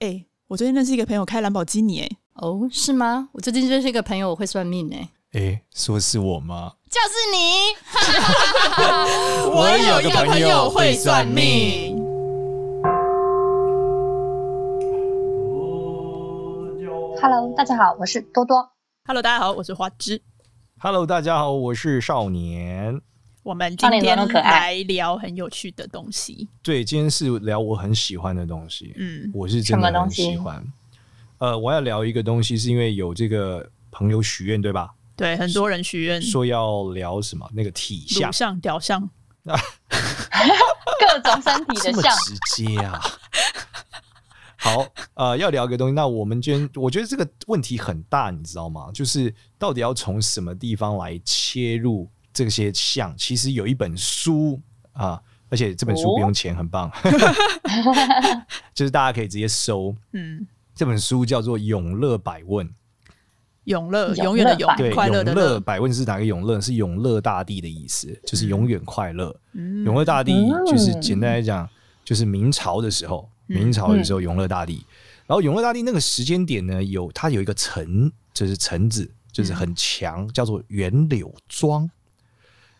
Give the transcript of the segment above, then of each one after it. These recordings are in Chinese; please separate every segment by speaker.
Speaker 1: 哎、我最近认识一个朋友开兰博基尼、哎，
Speaker 2: 哦，是吗？我最近认识一个朋友，我会算命哎、
Speaker 3: 诶，说是我吗？
Speaker 2: 就是你。
Speaker 3: 我有个朋友会算命。
Speaker 4: Hello，大家好，我是 多多。
Speaker 1: Hello，大家好，我是花枝。
Speaker 3: Hello，大家好，我是少年。
Speaker 1: 我们今
Speaker 4: 少年怎
Speaker 1: 天
Speaker 4: 么那么可爱
Speaker 1: 来聊很有趣的东西。
Speaker 3: 对，今天是聊我很喜欢的东西，
Speaker 1: 嗯，
Speaker 3: 我是真的
Speaker 4: 什么
Speaker 3: 很
Speaker 4: 东西
Speaker 3: 喜欢。呃，我要聊一个东西，是因为有这个朋友许愿，对吧？
Speaker 1: 对，很多人许愿，
Speaker 3: 说要聊什么那个体
Speaker 1: 乳
Speaker 3: 相，
Speaker 1: 上、屌上，
Speaker 4: 各种身体
Speaker 3: 这
Speaker 4: 的
Speaker 3: 么
Speaker 4: 像，
Speaker 3: 直接啊！ 好，呃，要聊一个东西，那我们今天我觉得这个问题很大，你知道吗？就是到底要从什么地方来切入这些项？其实有一本书啊，而且这本书
Speaker 4: 哦
Speaker 3: 不用钱，很棒，就是大家可以直接搜
Speaker 1: 嗯，
Speaker 3: 这本书，叫做《永乐百问》。
Speaker 1: 永乐，
Speaker 4: 永
Speaker 1: 永远的永
Speaker 4: 乐吧，
Speaker 3: 对，
Speaker 1: 快乐的
Speaker 3: 永乐，百问是哪个永乐？是永乐大帝的意思，就是永远快乐。
Speaker 1: 嗯
Speaker 3: 永乐大帝
Speaker 4: 嗯
Speaker 3: 就是简单来讲，就是明朝的时候，
Speaker 1: 嗯
Speaker 3: 明朝的时候永乐大帝。然后永乐大帝那个时间点呢，有他有一个臣，就是臣子，就是很强，叫做袁柳庄。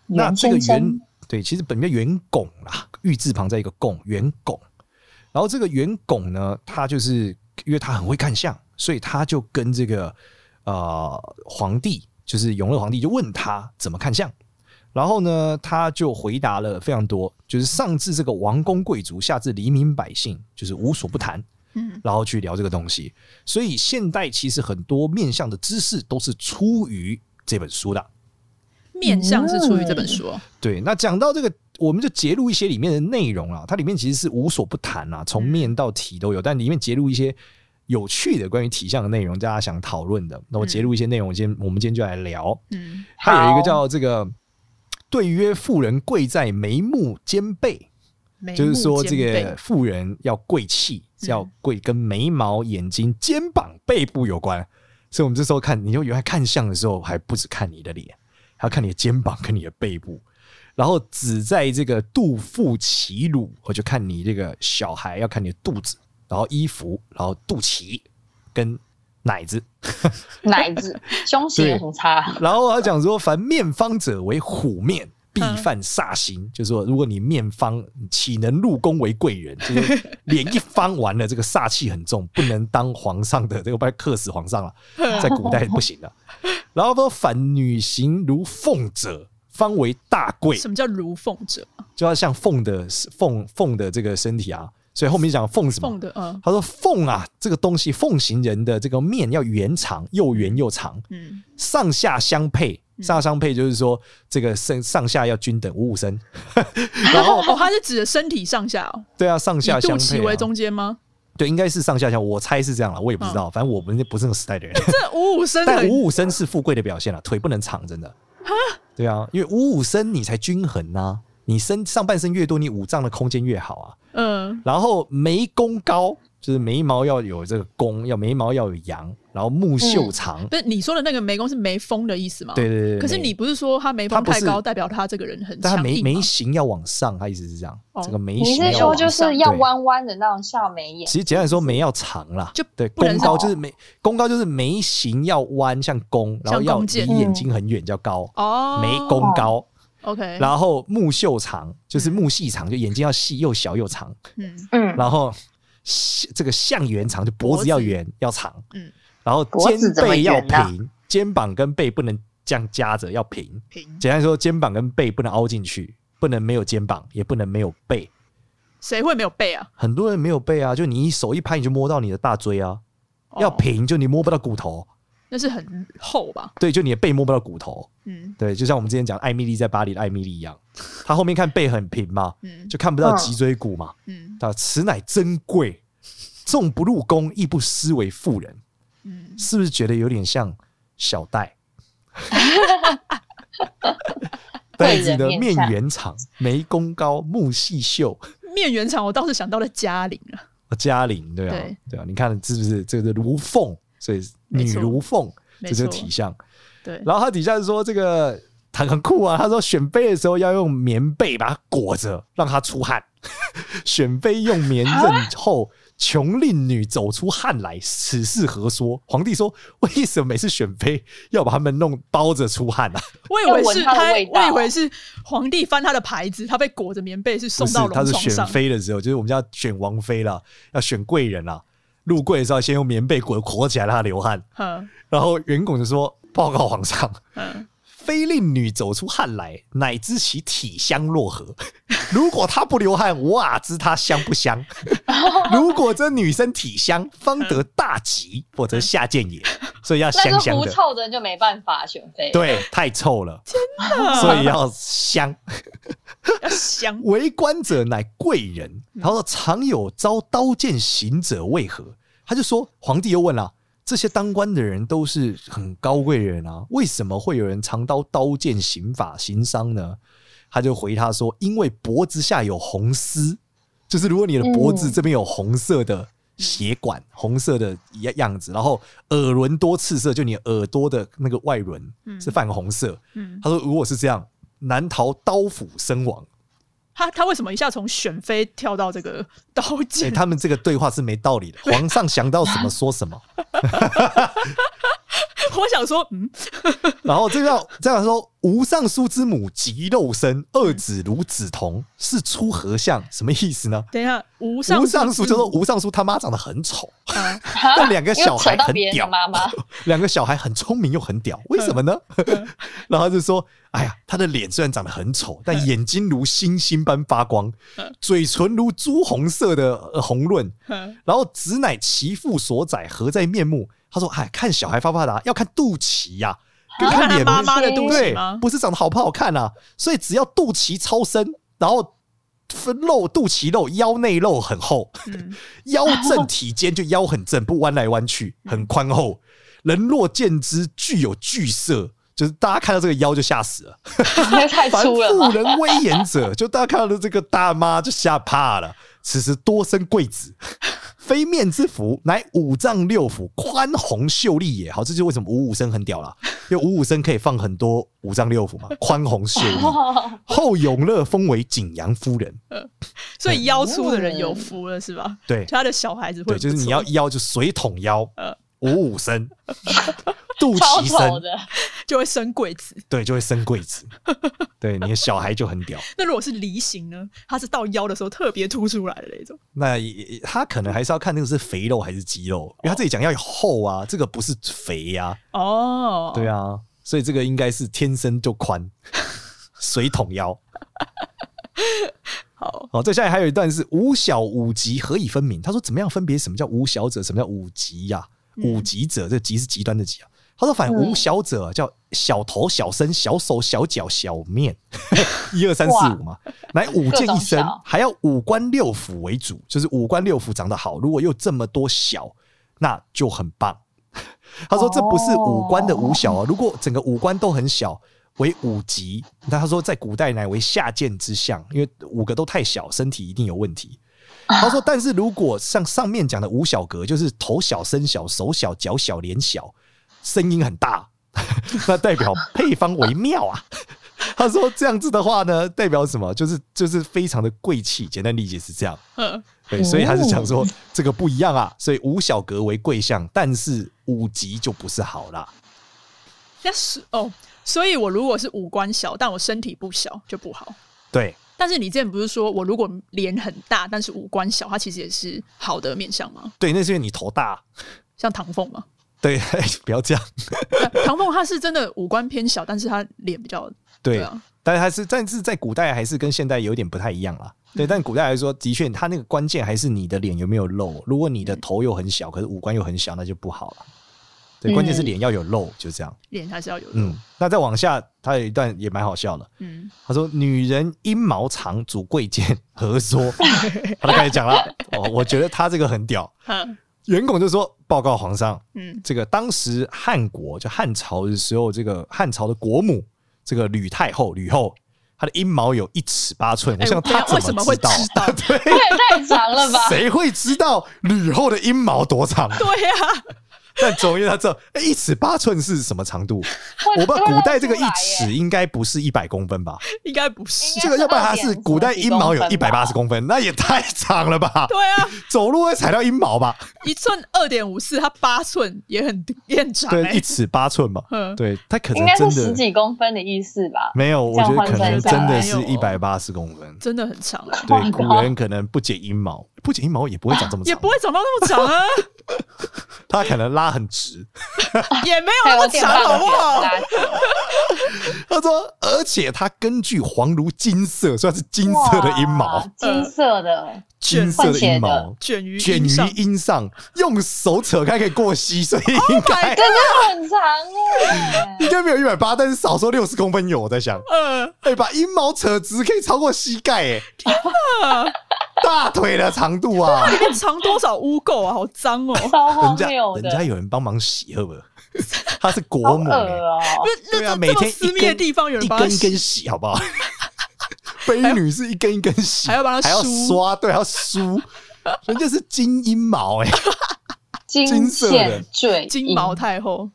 Speaker 3: 那
Speaker 4: 袁
Speaker 3: 这个
Speaker 4: 先
Speaker 3: 袁
Speaker 4: 生，
Speaker 3: 对，其实本名叫袁拱啦，玉字旁在一个拱，袁拱。然后这个袁拱呢，他就是因为他很会看相，所以他就跟这个呃皇帝，就是永乐皇帝，就问他怎么看相。然后呢，他就回答了非常多，就是上至这个王公贵族，下至黎民百姓，就是无所不谈，
Speaker 1: 嗯
Speaker 3: 然后去聊这个东西。所以现代其实很多面向的知识都是出于这本书的。
Speaker 1: 面相是出于这本书哦，
Speaker 3: 对，那讲到这个，我们就截录一些里面的内容啊，它里面其实是无所不谈啊，从面到体都有，但里面截录一些有趣的关于体相的内容，大家想讨论的，那我截录一些内容，今天我们今天就来聊。
Speaker 1: 嗯，
Speaker 3: 它有一个
Speaker 4: 好
Speaker 3: 叫这个“对曰妇人贵在眉目兼备”，
Speaker 1: 眉
Speaker 3: 就是说
Speaker 1: 目
Speaker 3: 这
Speaker 1: 兼
Speaker 3: 个
Speaker 1: 备
Speaker 3: 妇人要贵气，
Speaker 1: 嗯
Speaker 3: 要贵跟眉毛、眼睛、肩膀、背部有关。所以我们这时候看，你就原来看相的时候，还不止看你的脸，还要看你的肩膀跟你的背部。然后只在这个肚腹脐乳，我就看你这个小孩要看你的肚子，然后衣服，然后肚脐跟奶子，
Speaker 4: 奶子胸型有什么差？
Speaker 3: 然后他讲说，凡面方者为虎面，
Speaker 1: 嗯
Speaker 3: 必犯煞星。就是说，如果你面方，岂能入宫为贵人？就是脸一方完了，这个煞气很重，不能当皇上的，这个不然克死皇上了，
Speaker 1: 嗯
Speaker 3: 在古代不行的。然后说，凡女行如凤者，方为大贵，
Speaker 1: 什么叫如凤者？
Speaker 3: 就要像凤的凤凤的这个身体啊。所以后面讲凤什么
Speaker 1: 凤？的，嗯
Speaker 3: 他说凤啊，这个东西凤行人的这个面要圆长，又圆又长。
Speaker 1: 嗯，
Speaker 3: 上下相配，上下相配就是说这个身上下要均等，五五身。 然后
Speaker 1: 哦，它是指的身体上下哦，
Speaker 3: 对啊，上
Speaker 1: 以
Speaker 3: 下
Speaker 1: 肚
Speaker 3: 相
Speaker 1: 脐
Speaker 3: 配、
Speaker 1: 为
Speaker 3: 啊，
Speaker 1: 中间吗？这
Speaker 3: 对，应该是上下相，我猜是这样了，我也不知道，反正我们不是那个时代的 人。
Speaker 1: 五五身
Speaker 3: 但
Speaker 1: 很
Speaker 3: 五五身是富贵的表现啊了，腿不能长，真的。对啊，因为五五身你才均衡呐、你身上半身越多，你五脏的空间越好啊。
Speaker 1: 嗯
Speaker 3: 然后眉弓高，就是眉毛要有这个弓，要眉毛要有扬，然后
Speaker 1: 嗯
Speaker 3: 木秀长。
Speaker 1: 不是你说的那个眉弓是眉峰的意思吗？
Speaker 3: 对对对对
Speaker 1: 可是
Speaker 3: 眉
Speaker 1: 你不是说他眉峰
Speaker 3: 他不
Speaker 1: 太
Speaker 3: 是
Speaker 1: 高，代表他这个人很
Speaker 3: 但他
Speaker 1: 强
Speaker 3: 眉
Speaker 1: 硬吗
Speaker 3: 眉形要往上，他意思是这样，
Speaker 1: 哦
Speaker 3: 这个眉
Speaker 4: 你
Speaker 3: 形
Speaker 4: 是
Speaker 3: 要
Speaker 4: 说
Speaker 3: 往上。
Speaker 4: 就是要
Speaker 3: 啊对
Speaker 4: 弯弯的那种笑眉眼？
Speaker 3: 其实简单来说，眉要长啦，
Speaker 1: 就
Speaker 3: 对，
Speaker 1: 不能
Speaker 3: 弓
Speaker 1: 是
Speaker 3: 高就是眉，弓高就是眉形要弯，像弓，然后要
Speaker 1: 弓
Speaker 3: 离
Speaker 1: 箭
Speaker 3: 眼睛很远，叫高，
Speaker 1: 哦，
Speaker 3: 眉弓高。
Speaker 1: OK，
Speaker 3: 然后目秀长就是目细长，就眼睛要细又小又长。
Speaker 1: 嗯
Speaker 4: 嗯，
Speaker 3: 然后这个向圆长，就脖
Speaker 1: 脖
Speaker 3: 子
Speaker 1: 子
Speaker 3: 要圆要长。
Speaker 1: 嗯，
Speaker 3: 然后
Speaker 4: 脖子
Speaker 3: 肩
Speaker 4: 怎么
Speaker 3: 背要
Speaker 4: 圆啊
Speaker 3: 平，肩膀跟背不能这样夹着，要平。
Speaker 1: 平，
Speaker 3: 简单来说，肩膀跟背不能凹进去，不能没有肩膀，也不能没有背。
Speaker 1: 谁会没有背啊？
Speaker 3: 很多人没有背啊，就你一手一拍你就摸到你的大椎啊，
Speaker 1: 哦
Speaker 3: 要，平就你摸不到骨头，
Speaker 1: 那是很厚吧？
Speaker 3: 对，就你的背摸不到骨头，
Speaker 1: 嗯
Speaker 3: 对，就像我们之前讲艾米丽在巴黎的艾米丽一样，她后面看背很平嘛，
Speaker 1: 嗯
Speaker 3: 就看不到脊椎骨嘛，
Speaker 1: 嗯
Speaker 3: 啊，此乃珍贵，纵不入宫，亦不失为妇人，
Speaker 1: 嗯，
Speaker 3: 是不是觉得有点像小 戴？戴子的面圆长，眉弓高，目细秀，
Speaker 1: 面圆长，我倒是想到了嘉玲啊，
Speaker 3: 嘉玲，对啊，
Speaker 1: 对
Speaker 3: 对啊，你看是不是这个如凤，所以
Speaker 1: 没
Speaker 3: 女
Speaker 1: 错
Speaker 3: 如凤，这
Speaker 1: 没
Speaker 3: 就是
Speaker 1: 错
Speaker 3: 体相。
Speaker 1: 对，
Speaker 3: 然后他底下说这个他很酷啊，他说选妃的时候要用棉被把它裹着，让它出汗；选妃用棉刃后穷令女走出汉来，此事何说？”皇帝说：“为什么每次选妃要把他们弄包着出汉啊？
Speaker 1: 我以为是
Speaker 4: 要闻它
Speaker 1: 他，
Speaker 4: 的味道
Speaker 1: 我以为是皇帝翻他的牌子，他被裹着棉被是
Speaker 3: 不
Speaker 1: 送
Speaker 3: 是
Speaker 1: 到，
Speaker 3: 他
Speaker 1: 龙
Speaker 3: 是
Speaker 1: 床
Speaker 3: 选
Speaker 1: 上。
Speaker 3: 妃的时候，就是我们要选王妃啦，要选贵人啦。入柜的时候先用棉被裹裹起来，让他流汗。
Speaker 1: 嗯
Speaker 3: 然后袁拱就说：‘报告皇上，
Speaker 1: 嗯，
Speaker 3: 非令女走出汉来，乃知其体香若何？ 如果她不流汗，我哪知她香不香？ 如果这女生体香，方得大吉，否则下贱也。所以要
Speaker 4: 嗯那
Speaker 3: 香
Speaker 4: 个
Speaker 3: 香
Speaker 4: 狐
Speaker 3: 的，
Speaker 4: 臭的人就没办法选妃。，
Speaker 3: 对，太臭 了，
Speaker 4: 嗯
Speaker 3: 所以啊要香。
Speaker 1: 要香。
Speaker 3: 为官者乃贵人，他说常有遭刀剑行者，为何？他就说，皇帝又问了、这些当官的人都是很高贵的人啊，为什么会有人常刀刀剑刑法行伤呢？他就回他说，因为脖子下有红丝，就是如果你的脖子
Speaker 4: 嗯
Speaker 3: 这边有红色的血管，红色的样样子，然后耳轮多刺色，就你耳朵的那个外轮
Speaker 1: 嗯
Speaker 3: 是泛红色。
Speaker 1: 嗯，
Speaker 3: 他说，如果是这样，难逃刀斧身亡。
Speaker 1: 他他为什么一下从选妃跳到这个刀
Speaker 3: 哎、
Speaker 1: 剑？
Speaker 3: 他们这个对话是没 道理的。皇上想到什么说什么，
Speaker 1: 我想说，嗯，
Speaker 3: 然后这样这样说：“吾尚书之母，即肉身，二子如子同，是出何相？”什么意思呢？
Speaker 1: 等一下，无上
Speaker 3: 吴尚书
Speaker 1: 之
Speaker 3: 就说
Speaker 1: 母
Speaker 3: 吴尚书他妈长得很丑，
Speaker 1: 啊，
Speaker 3: 但两个小孩
Speaker 4: 扯到
Speaker 3: 很
Speaker 4: 别人的
Speaker 3: 屌，
Speaker 4: 妈妈，
Speaker 3: 两个小孩很聪明又很屌，为什么呢？
Speaker 1: 嗯
Speaker 3: 然后他就说：“哎呀，他的脸虽然长得很丑，但眼睛如星星般发光
Speaker 1: 嗯，
Speaker 3: 嘴唇如朱红色的呃红润，
Speaker 1: 嗯
Speaker 3: 然后子乃其父所载，何在面目？他说：“哎，看小孩发不发达，要看肚脐呀、跟
Speaker 1: 啊看他
Speaker 3: 脸
Speaker 1: 妈妈的肚脐
Speaker 3: 对
Speaker 1: 吗，？
Speaker 3: 不是长得好不好看啊。所以只要肚脐超深，然后肉肚脐肉、腰内肉很厚，
Speaker 1: 嗯
Speaker 3: 腰正体尖就腰很正，不弯来弯去，很宽厚。人若见之，具有巨色。”就是大家看到这个腰就吓死了，
Speaker 4: 太
Speaker 3: 凡
Speaker 4: 粗了
Speaker 3: 妇
Speaker 4: 吧？
Speaker 3: 人威严者，就大家看到这个大妈就吓怕了。此时多生贵子，非面之服，乃五脏六腑，宽宏秀丽也。好，这就是为什么五五身很屌啦，因为五五身可以放很多五脏六腑嘛，宽宏秀丽。后永乐封为景阳夫人，
Speaker 1: 所以腰粗的人有福了，是吧？
Speaker 3: 对
Speaker 1: 他的小孩子会
Speaker 3: 对，
Speaker 1: 不错
Speaker 3: 就是你要腰就水桶腰
Speaker 1: 呃，
Speaker 3: 五五身，肚
Speaker 4: 超
Speaker 3: 脐
Speaker 4: 丑
Speaker 3: 身，
Speaker 4: 的，
Speaker 1: 就会生贵子。
Speaker 3: 对，就会生贵子。对，你的小孩就很屌。
Speaker 1: 那如果是梨形呢？它是到腰的时候特别凸出来的那种。
Speaker 3: 那也他可能还是要看那个是肥肉还是肌肉，因为他这里讲要厚啊，这个不是肥啊呀、
Speaker 1: 哦，
Speaker 3: 对啊，所以这个应该是天生就 宽，水桶腰。
Speaker 1: 好，
Speaker 3: 哦，这下面还有一段是五小五级何以分明？他说怎么样分别什么叫五小者，什么叫五级呀、五级者，这级是极端的级啊。他说反
Speaker 4: 嗯
Speaker 3: 五小者啊叫小头、小身、小手、小脚、小面， 一二三四五嘛，乃五
Speaker 4: 各
Speaker 3: 件
Speaker 4: 种
Speaker 3: 一身
Speaker 4: 小，
Speaker 3: 还要五官六腑为主，就是五官六腑长得好，如果又这么多小，那就很棒。 他说这不是五官的五小啊，如果整个五官都很小，为五级。那他说在古代乃为下贱之相，因为五个都太小，身体一定有问题。他说，但是如果像上面讲的五小格，就是头小、身小、手小、脚小、脸小，声音很大， 那代表配方为妙啊。 他说这样子的话呢，代表什么？就是就是非常的贵气。简单理解是这样。
Speaker 1: 嗯，
Speaker 3: 对，所以他是讲说这个不一样啊，所以五小格为贵相，但是五级就不是好啦。
Speaker 1: 那是哦，所以我如果是五官小，但我身体不小就不好。
Speaker 3: 对，
Speaker 1: 但是你之前不是说我如果脸很大，但是五官小，它其实也是好的面相吗？
Speaker 3: 对，那是因为你头大。
Speaker 1: 像唐凤嘛，
Speaker 3: 对， 不要这样。
Speaker 1: 对唐凤她是真的五官偏小，但是她脸比较
Speaker 3: 对，
Speaker 1: 对啊
Speaker 3: 但是还是，但是在古代还是跟现代有点不太一样啦。对，但古代来说，的确，它那个关键还是你的脸有没有肉。如果你的头又很小，可是五官又很小，那就不好了。对，
Speaker 4: 嗯
Speaker 3: 关键是脸要有肉，就这样。
Speaker 1: 脸还是要有肉。
Speaker 3: 嗯，那再往下，他有一段也蛮好笑的。
Speaker 1: 嗯，
Speaker 3: 他说：“女人阴毛长，足贵贱，何说？” 他就开始讲了。哦，我觉得他这个很屌。
Speaker 1: 嗯
Speaker 3: 袁拱就说：“报告皇上，
Speaker 1: 嗯
Speaker 3: 这个当时汉国就汉朝的时候，这个汉朝的国母这个吕太后，吕后她的阴毛有一尺八寸，我
Speaker 1: 哎
Speaker 3: 想
Speaker 1: 我等一
Speaker 3: 她
Speaker 1: 下为
Speaker 3: 怎
Speaker 1: 什么
Speaker 3: 知
Speaker 1: 会
Speaker 3: 道？
Speaker 1: 知道？
Speaker 4: 这也太长了 吧？
Speaker 3: 谁会知道吕后的阴毛多长？
Speaker 1: 对呀、啊，
Speaker 3: 但总而言之，他知道哎一尺八寸是什么长度？我不知道古代这个一尺应该不是一百公分吧？
Speaker 1: 应该不是
Speaker 4: 应。
Speaker 3: 这个要不然它是古代阴毛有一百八十公分，那也太长了吧？
Speaker 1: 对啊，
Speaker 3: 走路会踩到阴毛吧？
Speaker 1: 一寸二点五四，它八寸也很也很长、
Speaker 3: 对，一
Speaker 1: 欸。
Speaker 3: 尺八寸嘛。
Speaker 1: 嗯，
Speaker 3: 对，他可
Speaker 4: 应
Speaker 3: 能
Speaker 4: 该
Speaker 3: 真
Speaker 4: 是十
Speaker 3: 的
Speaker 4: 几公分的意思吧？
Speaker 3: 没有，我
Speaker 4: 这
Speaker 3: 觉
Speaker 4: 样
Speaker 3: 得可
Speaker 4: 换算
Speaker 3: 能
Speaker 4: 一下
Speaker 3: 真的是
Speaker 1: 没
Speaker 3: 一
Speaker 1: 有
Speaker 3: 百八十公分。
Speaker 1: 真的很长、欸，
Speaker 3: 对，
Speaker 4: 哇
Speaker 3: 古人可能不剪阴毛，不剪阴毛也不会长这 么
Speaker 1: 也
Speaker 3: 长，
Speaker 1: 不会长到那么长啊，
Speaker 3: 他可能拉很直。
Speaker 1: 也没有
Speaker 4: 还
Speaker 1: 那
Speaker 4: 有
Speaker 1: 么
Speaker 4: 电
Speaker 1: 长，
Speaker 4: 棒
Speaker 1: 好不好？
Speaker 4: 拉
Speaker 3: 他说，而且他根据黄炉金色，算是金 色的阴毛哎
Speaker 4: 哇，金色的，
Speaker 3: 金
Speaker 1: 卷
Speaker 3: 色的阴毛
Speaker 4: 换
Speaker 1: 卷于
Speaker 3: 嗯卷
Speaker 1: 衣
Speaker 3: 于
Speaker 1: 上
Speaker 3: 阴上，用手扯开可以过膝，所以
Speaker 1: Oh
Speaker 3: 应该
Speaker 4: 真的很长哎、
Speaker 3: 应该没有一百八，但是少说六十公分有。我在想，
Speaker 1: 呃，
Speaker 3: 哎、把阴毛扯直可以超过膝盖，哎，大腿的长度啊！
Speaker 1: 里面藏多少污垢啊？好脏哦！
Speaker 4: 超荒
Speaker 3: 人家
Speaker 4: 谬
Speaker 3: 人
Speaker 4: 的，
Speaker 3: 家有人帮忙洗，好不好？ 他是国
Speaker 4: 好
Speaker 3: 母、
Speaker 4: 恶
Speaker 3: 欸，
Speaker 4: 哦、
Speaker 1: 那
Speaker 3: 对啊，
Speaker 1: 那
Speaker 3: 每
Speaker 1: 这这
Speaker 3: 天
Speaker 1: 么私密的地方有人
Speaker 3: 一
Speaker 1: 帮他
Speaker 3: 根一
Speaker 1: 洗，
Speaker 3: 根洗，好不 好？悲女是一根一根洗，
Speaker 1: 还要帮他
Speaker 3: 还要
Speaker 1: 梳
Speaker 3: 刷，对，还 要梳。人家是金阴毛哎、金
Speaker 4: 金
Speaker 3: 色的
Speaker 4: 线坠
Speaker 1: 金
Speaker 4: 银
Speaker 1: 毛太后，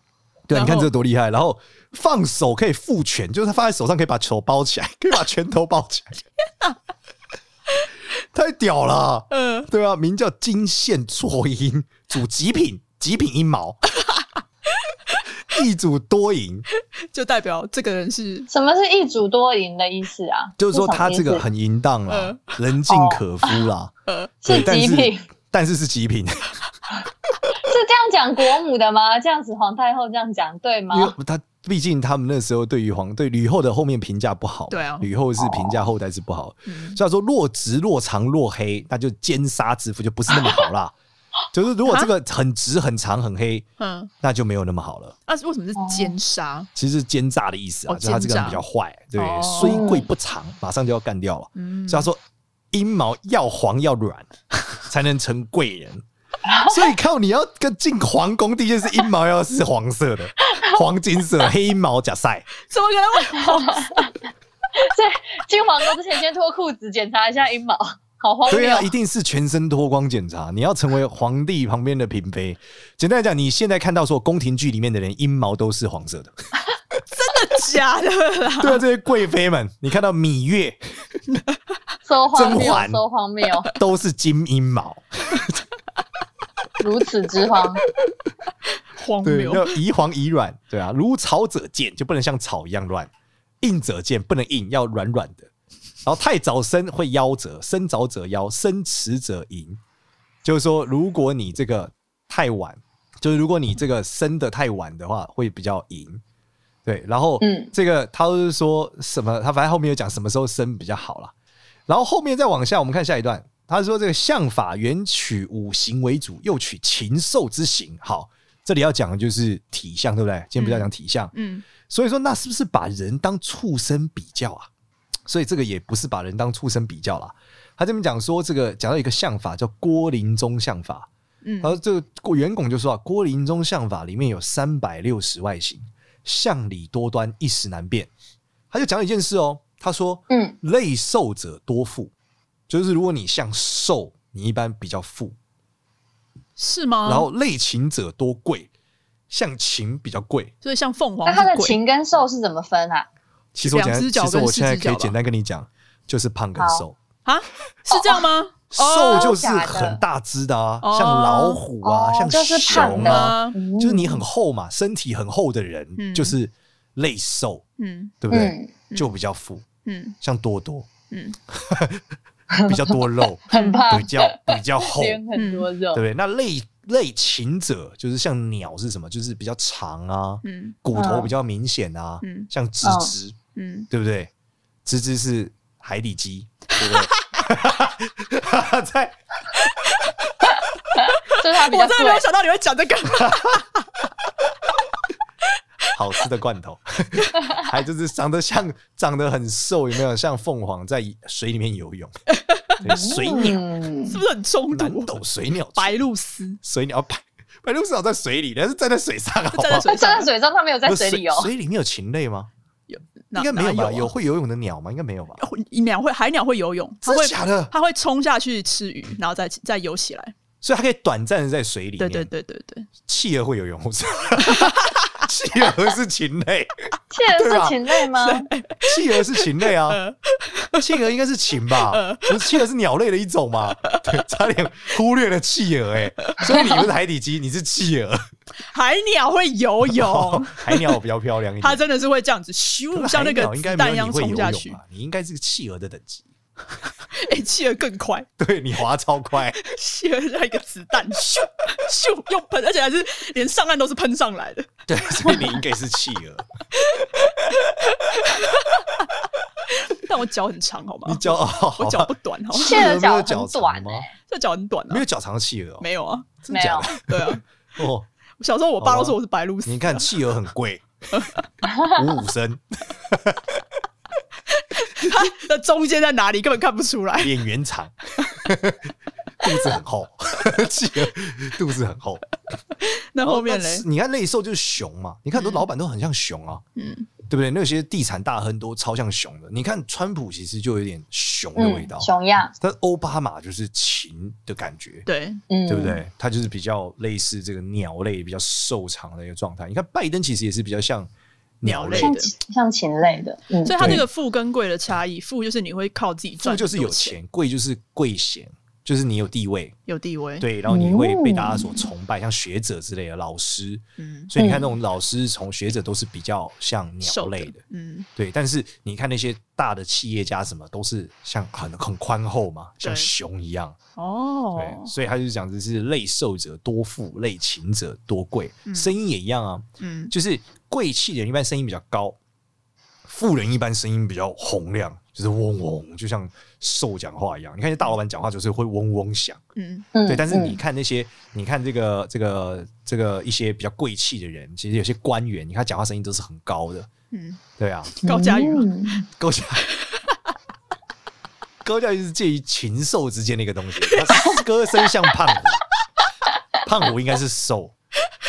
Speaker 3: 对啊，你看
Speaker 1: 然后
Speaker 3: 这多厉害。然后放手可以复拳，就是他放在手上可以把球包起来，可以把拳头包起来，太屌了！
Speaker 1: 呃，
Speaker 3: 对啊，名叫金线错银，组极 品，极品阴毛，一组多银，
Speaker 1: 就代表这个人是
Speaker 4: 什么是一主多赢的意思啊？
Speaker 3: 就是说他这
Speaker 4: 什
Speaker 3: 个
Speaker 4: 么意思嗯哦
Speaker 3: 很淫荡啦，人尽可夫啦，
Speaker 1: 呃，
Speaker 3: 对，
Speaker 4: 是
Speaker 3: 但
Speaker 4: 极品，
Speaker 3: 是
Speaker 4: 是
Speaker 3: 但是是极品，
Speaker 4: 这样讲国母的吗？这样子皇太后这样讲对吗
Speaker 3: 因？为他毕竟他们那时候对于皇对吕后的后面评价不好嘛，
Speaker 1: 对啊
Speaker 3: 吕后是评价后代是不
Speaker 4: 哦
Speaker 3: 好，
Speaker 1: 嗯
Speaker 3: 所以他说若直若长若黑，那就奸杀之夫就不是那么好 啦。就是如
Speaker 4: 啊
Speaker 3: 果这个很直很长很黑，
Speaker 1: 嗯，啊
Speaker 3: 那就没有那么好了。
Speaker 1: 那、是为什么是奸杀？
Speaker 3: 其实是奸诈的意思啊，
Speaker 1: 哦
Speaker 3: 就是他这个
Speaker 1: 奸
Speaker 3: 人
Speaker 1: 诈
Speaker 3: 比较坏，对
Speaker 1: 哦，
Speaker 3: 虽贵不长，马上就要干掉了。
Speaker 1: 嗯，
Speaker 3: 所以他说阴毛要黄要软， 才能成贵人。所以靠你要跟进皇宫，第一件事阴毛要是黄 色的，黄金色，黑阴毛假赛。
Speaker 1: 怎么可能会？
Speaker 4: 所以进皇宫之前先脱裤子检查一下阴毛，好
Speaker 1: 哦
Speaker 4: 荒谬。
Speaker 3: 对啊，一定是全身脱光检查。你要成为皇帝旁边的嫔妃。简单来讲，你现在看到说宫廷剧里面的人阴毛都是黄 色的。
Speaker 1: 假的啦！
Speaker 3: 对啊，这些贵妃们，你看到芈月
Speaker 4: 收荒
Speaker 3: 甄
Speaker 4: 谬
Speaker 3: 嬛，
Speaker 4: 收荒谬，
Speaker 3: 都是金阴毛。
Speaker 4: 如此之荒。
Speaker 1: 荒
Speaker 3: 对，
Speaker 1: 谬，
Speaker 3: 要宜黄宜软，对啊，如草者健，就不能像草一样乱；硬者健，不能硬，要软软的。然后太早生会夭折，生早者夭，生迟者淫。就是说，如果你这个太晚，就是如果你这个生的太晚的话，会比较淫。对，然后
Speaker 4: 嗯
Speaker 3: 这个他就是说什么，他反正后面有讲什么时候生比较好啦。然后后面再往下，我们看下一段，他说这个相法原取五行为主，又取禽兽之形。好，这里要讲的就是体相，对不对？今天不是要讲体相，
Speaker 1: 嗯，
Speaker 3: 所以说那是不是把人当畜生比较啊？所以这个也不是把人当畜生比较啦。他这边讲说，这个讲到一个相法叫郭林宗相法，
Speaker 1: 嗯
Speaker 3: 然后这个郭袁拱就说啊，郭林宗相法里面有三百六十外形，相理多端，一时难辨。他就讲一件事哦，他说，
Speaker 4: 嗯，
Speaker 3: 类兽者多富，就是如果你像兽，你一般比较富；
Speaker 1: 是吗？
Speaker 3: 然后类禽者多贵，像禽比较贵。
Speaker 1: 所以像凤凰
Speaker 4: 那
Speaker 1: 是
Speaker 4: 它的
Speaker 1: 鬼，
Speaker 4: 禽跟兽是怎么分啊？
Speaker 3: 其实我简单，
Speaker 1: 两只脚
Speaker 3: 其实我
Speaker 1: 跟四
Speaker 3: 现在
Speaker 1: 只
Speaker 3: 可
Speaker 1: 脚
Speaker 3: 以
Speaker 1: 吧
Speaker 3: 简单跟你讲，就是胖跟瘦。
Speaker 1: 啊，是这样吗？
Speaker 3: 瘦就是
Speaker 4: 假的
Speaker 3: 很大只的啊，
Speaker 1: 哦
Speaker 3: 像老虎啊，
Speaker 4: 哦
Speaker 3: 像
Speaker 4: 就是
Speaker 3: 熊
Speaker 4: 胖的
Speaker 3: 啊，
Speaker 1: 啊，
Speaker 4: 嗯
Speaker 3: 就是你很厚嘛，身体很厚的人、
Speaker 1: 嗯
Speaker 3: 就是类瘦，
Speaker 1: 嗯
Speaker 3: 对不对？
Speaker 4: 嗯，
Speaker 3: 就比较富，
Speaker 1: 嗯
Speaker 3: 像多多
Speaker 1: 嗯，
Speaker 3: 比较多 肉，
Speaker 4: 很胖
Speaker 3: 比，较比较厚，
Speaker 4: 连很多肉。
Speaker 3: 嗯对不对？那类类禽者就是像鸟是什么？就是比较长啊，
Speaker 1: 嗯
Speaker 3: 骨头比较明显啊，
Speaker 1: 嗯
Speaker 3: 像吱吱，
Speaker 1: 嗯，
Speaker 3: 对不对？吱吱是海底鸡，对不对？在
Speaker 4: 就是它比
Speaker 1: 我
Speaker 4: 较
Speaker 1: 真的没有
Speaker 4: 贵。
Speaker 1: 想到你会讲这个，
Speaker 3: 好吃的罐头，还就是长得像长得很瘦，有没有？像凤凰在水里面游泳，对水鸟
Speaker 4: 嗯
Speaker 1: 是不是很中
Speaker 3: 南
Speaker 1: 毒？
Speaker 3: 斗水鸟，
Speaker 1: 白鹭丝
Speaker 3: 水鸟白白鹭至少在水里，但是站在水上好不
Speaker 1: 站在
Speaker 3: 好？
Speaker 1: 水
Speaker 4: 站在
Speaker 1: 上，
Speaker 4: 水上，它没有在
Speaker 3: 不是
Speaker 4: 水里哦。
Speaker 3: 水里面有禽类吗？
Speaker 1: 哪
Speaker 3: 应该没有
Speaker 1: 哪
Speaker 3: 吧？有
Speaker 1: 有啊哦
Speaker 3: 会游泳的鸟吗？应该没有吧？
Speaker 1: 会鸟会海鸟会游泳，它
Speaker 3: 真
Speaker 1: 会
Speaker 3: 的假的？
Speaker 1: 它会冲下去吃鱼，然后再再游起来。
Speaker 3: 所以它可以短暂的在水里面。
Speaker 1: 对对对对对，
Speaker 3: 企鹅会游泳，我知道 企鹅是禽类，
Speaker 4: 企鹅
Speaker 3: 啊
Speaker 4: 是禽 类吗？
Speaker 3: 企鹅是禽 类啊，
Speaker 1: 嗯
Speaker 3: 企鹅应该是禽吧？不是，企鹅是鸟类的一 种嘛？对，差点忽略了企鹅，哎，所以你不是海底鸡，你是企 鹅，
Speaker 1: 海鸟会游 泳，
Speaker 3: 海鸟比较漂亮 一
Speaker 1: 它
Speaker 3: 点。
Speaker 1: 真的是会这样子咻，像那
Speaker 3: 海
Speaker 1: 个
Speaker 3: 鸟应
Speaker 1: 子
Speaker 3: 该
Speaker 1: 弹
Speaker 3: 没
Speaker 1: 一
Speaker 3: 有
Speaker 1: 样
Speaker 3: 你会
Speaker 1: 冲下
Speaker 3: 游
Speaker 1: 去
Speaker 3: 泳。吧？你应该是企鹅的等级，
Speaker 1: 哎、企鹅更快，
Speaker 3: 对你滑超 快，
Speaker 1: 企鹅像一个子弹， 咻咻又喷，而且还是连上岸都是喷上来的。
Speaker 3: 对，所以你应该是企 鹅。
Speaker 1: 但我脚很长，好吗？
Speaker 3: 你脚哦，
Speaker 1: 我
Speaker 3: 好
Speaker 1: 脚
Speaker 3: 吧
Speaker 1: 不短， 好吗？
Speaker 4: 企鹅
Speaker 3: 没有
Speaker 4: 脚
Speaker 3: 脚
Speaker 4: 很
Speaker 3: 长
Speaker 4: 短
Speaker 3: 吗？
Speaker 4: 欸
Speaker 1: 这脚很短啊，
Speaker 3: 没有脚长的企鹅哦，
Speaker 1: 没有啊，
Speaker 3: 真的假的
Speaker 1: 对啊。
Speaker 3: 哦。
Speaker 1: 小时候我爸
Speaker 3: 好吧
Speaker 1: 都说我是白鹭鸶，
Speaker 3: 你看企鹅很 贵，五五身，
Speaker 1: 那中间在哪里根本看不出来。
Speaker 3: 脸圆长， 肚子很厚， 企鹅肚子很厚。
Speaker 1: 哦那后面
Speaker 3: 然
Speaker 1: 嘞
Speaker 3: 那，你看类兽就是熊嘛，你看很多老板都很像熊啊，
Speaker 1: 嗯，
Speaker 3: 对不对？那些地产大亨都超像熊的。你看川普其实就有点熊的味道
Speaker 4: 嗯，，熊样，
Speaker 3: 但奥巴马就是禽的感觉。
Speaker 1: 对，
Speaker 4: 嗯，
Speaker 3: 对不？对？它就是比较类似这个鸟类比较瘦长的一个状态。你看拜登其实也是比较像鸟类
Speaker 1: 鸟
Speaker 4: 像
Speaker 1: 类的
Speaker 4: 禽像禽类的，嗯，
Speaker 1: 所以它这
Speaker 3: 对
Speaker 1: 个富跟贵的差异，富就是你会靠自己
Speaker 3: 富
Speaker 1: 赚，
Speaker 3: 就是有
Speaker 1: 钱，
Speaker 3: 钱，贵就是贵贤，就是你有地位，
Speaker 1: 有地位，，
Speaker 3: 对，然后你会被大家所崇拜，像学者之类的老师。
Speaker 1: 哦嗯，
Speaker 3: 所以你看那种老师从学者都是比较像鸟
Speaker 1: 瘦
Speaker 3: 类的，
Speaker 1: 嗯，
Speaker 3: 对。但是你看那些大的企业家什么，都是像很很宽厚嘛，像
Speaker 1: 对
Speaker 3: 熊一样。
Speaker 1: 哦
Speaker 3: 对，，所以他就讲的是类受者多富，类勤者多贵，
Speaker 1: 嗯
Speaker 3: 声音也一样啊。
Speaker 1: 嗯，
Speaker 3: 就是贵气的人一般声音比较高，富人一般声音比较洪亮，就是嗡嗡，就像兽讲话一样。你看那大老板讲话就是会嗡嗡响，
Speaker 1: 嗯，
Speaker 4: 嗯，
Speaker 3: 对。但是你
Speaker 4: 嗯
Speaker 3: 看那些，你看这个这个这个一些比较贵气的人，其实有些官员，你看讲话声音都是很高的，
Speaker 1: 嗯，
Speaker 3: 对啊。
Speaker 1: 高佳宇嘛
Speaker 4: 嗯
Speaker 3: 高价，高价就是介于禽兽之间的一个东西，它歌声像胖虎，胖虎应该是兽，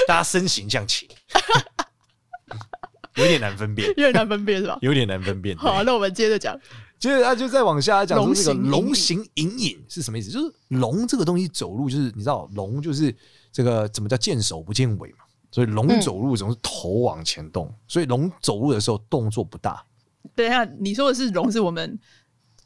Speaker 3: 但它身形像禽， 有点难分辨，？
Speaker 1: 有点难分辨是吧
Speaker 3: 有点难分辨。对
Speaker 1: 好，那我们接着讲，
Speaker 3: 接着他就再往下讲说，这个龙
Speaker 1: 龙
Speaker 3: 形隐隐是什么意思？就是龙这个东西走路，就是你知道，龙就是这个怎么叫见首不见尾嘛，所以龙
Speaker 4: 嗯
Speaker 3: 走路总是头往前动，所以龙走路的时候动作不大。
Speaker 1: 等一下，你说的是龙是我们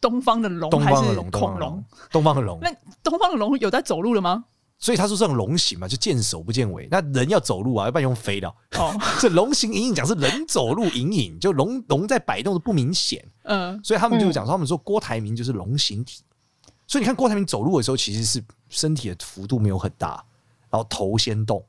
Speaker 1: 东方的龙
Speaker 3: 东
Speaker 1: 还
Speaker 3: 方
Speaker 1: 是
Speaker 3: 的龙，嗯东方
Speaker 1: 恐
Speaker 3: 的
Speaker 1: 龙
Speaker 3: 龙？，东方的龙，
Speaker 1: 那东方的龙有在走路了吗？
Speaker 3: 所以他说这种龙形嘛，就见首不见尾。那人要走路啊，要不然用飞的哦。
Speaker 1: 哦，
Speaker 3: 这龙形隐隐讲是人走路隐隐，就龙龙在摆动的不明显，
Speaker 1: 嗯，
Speaker 3: 所以他们就讲说，他们说郭台铭就是龙形体。所以你看郭台铭走路的时候，其实是身体的幅度没有很大，然后头先动，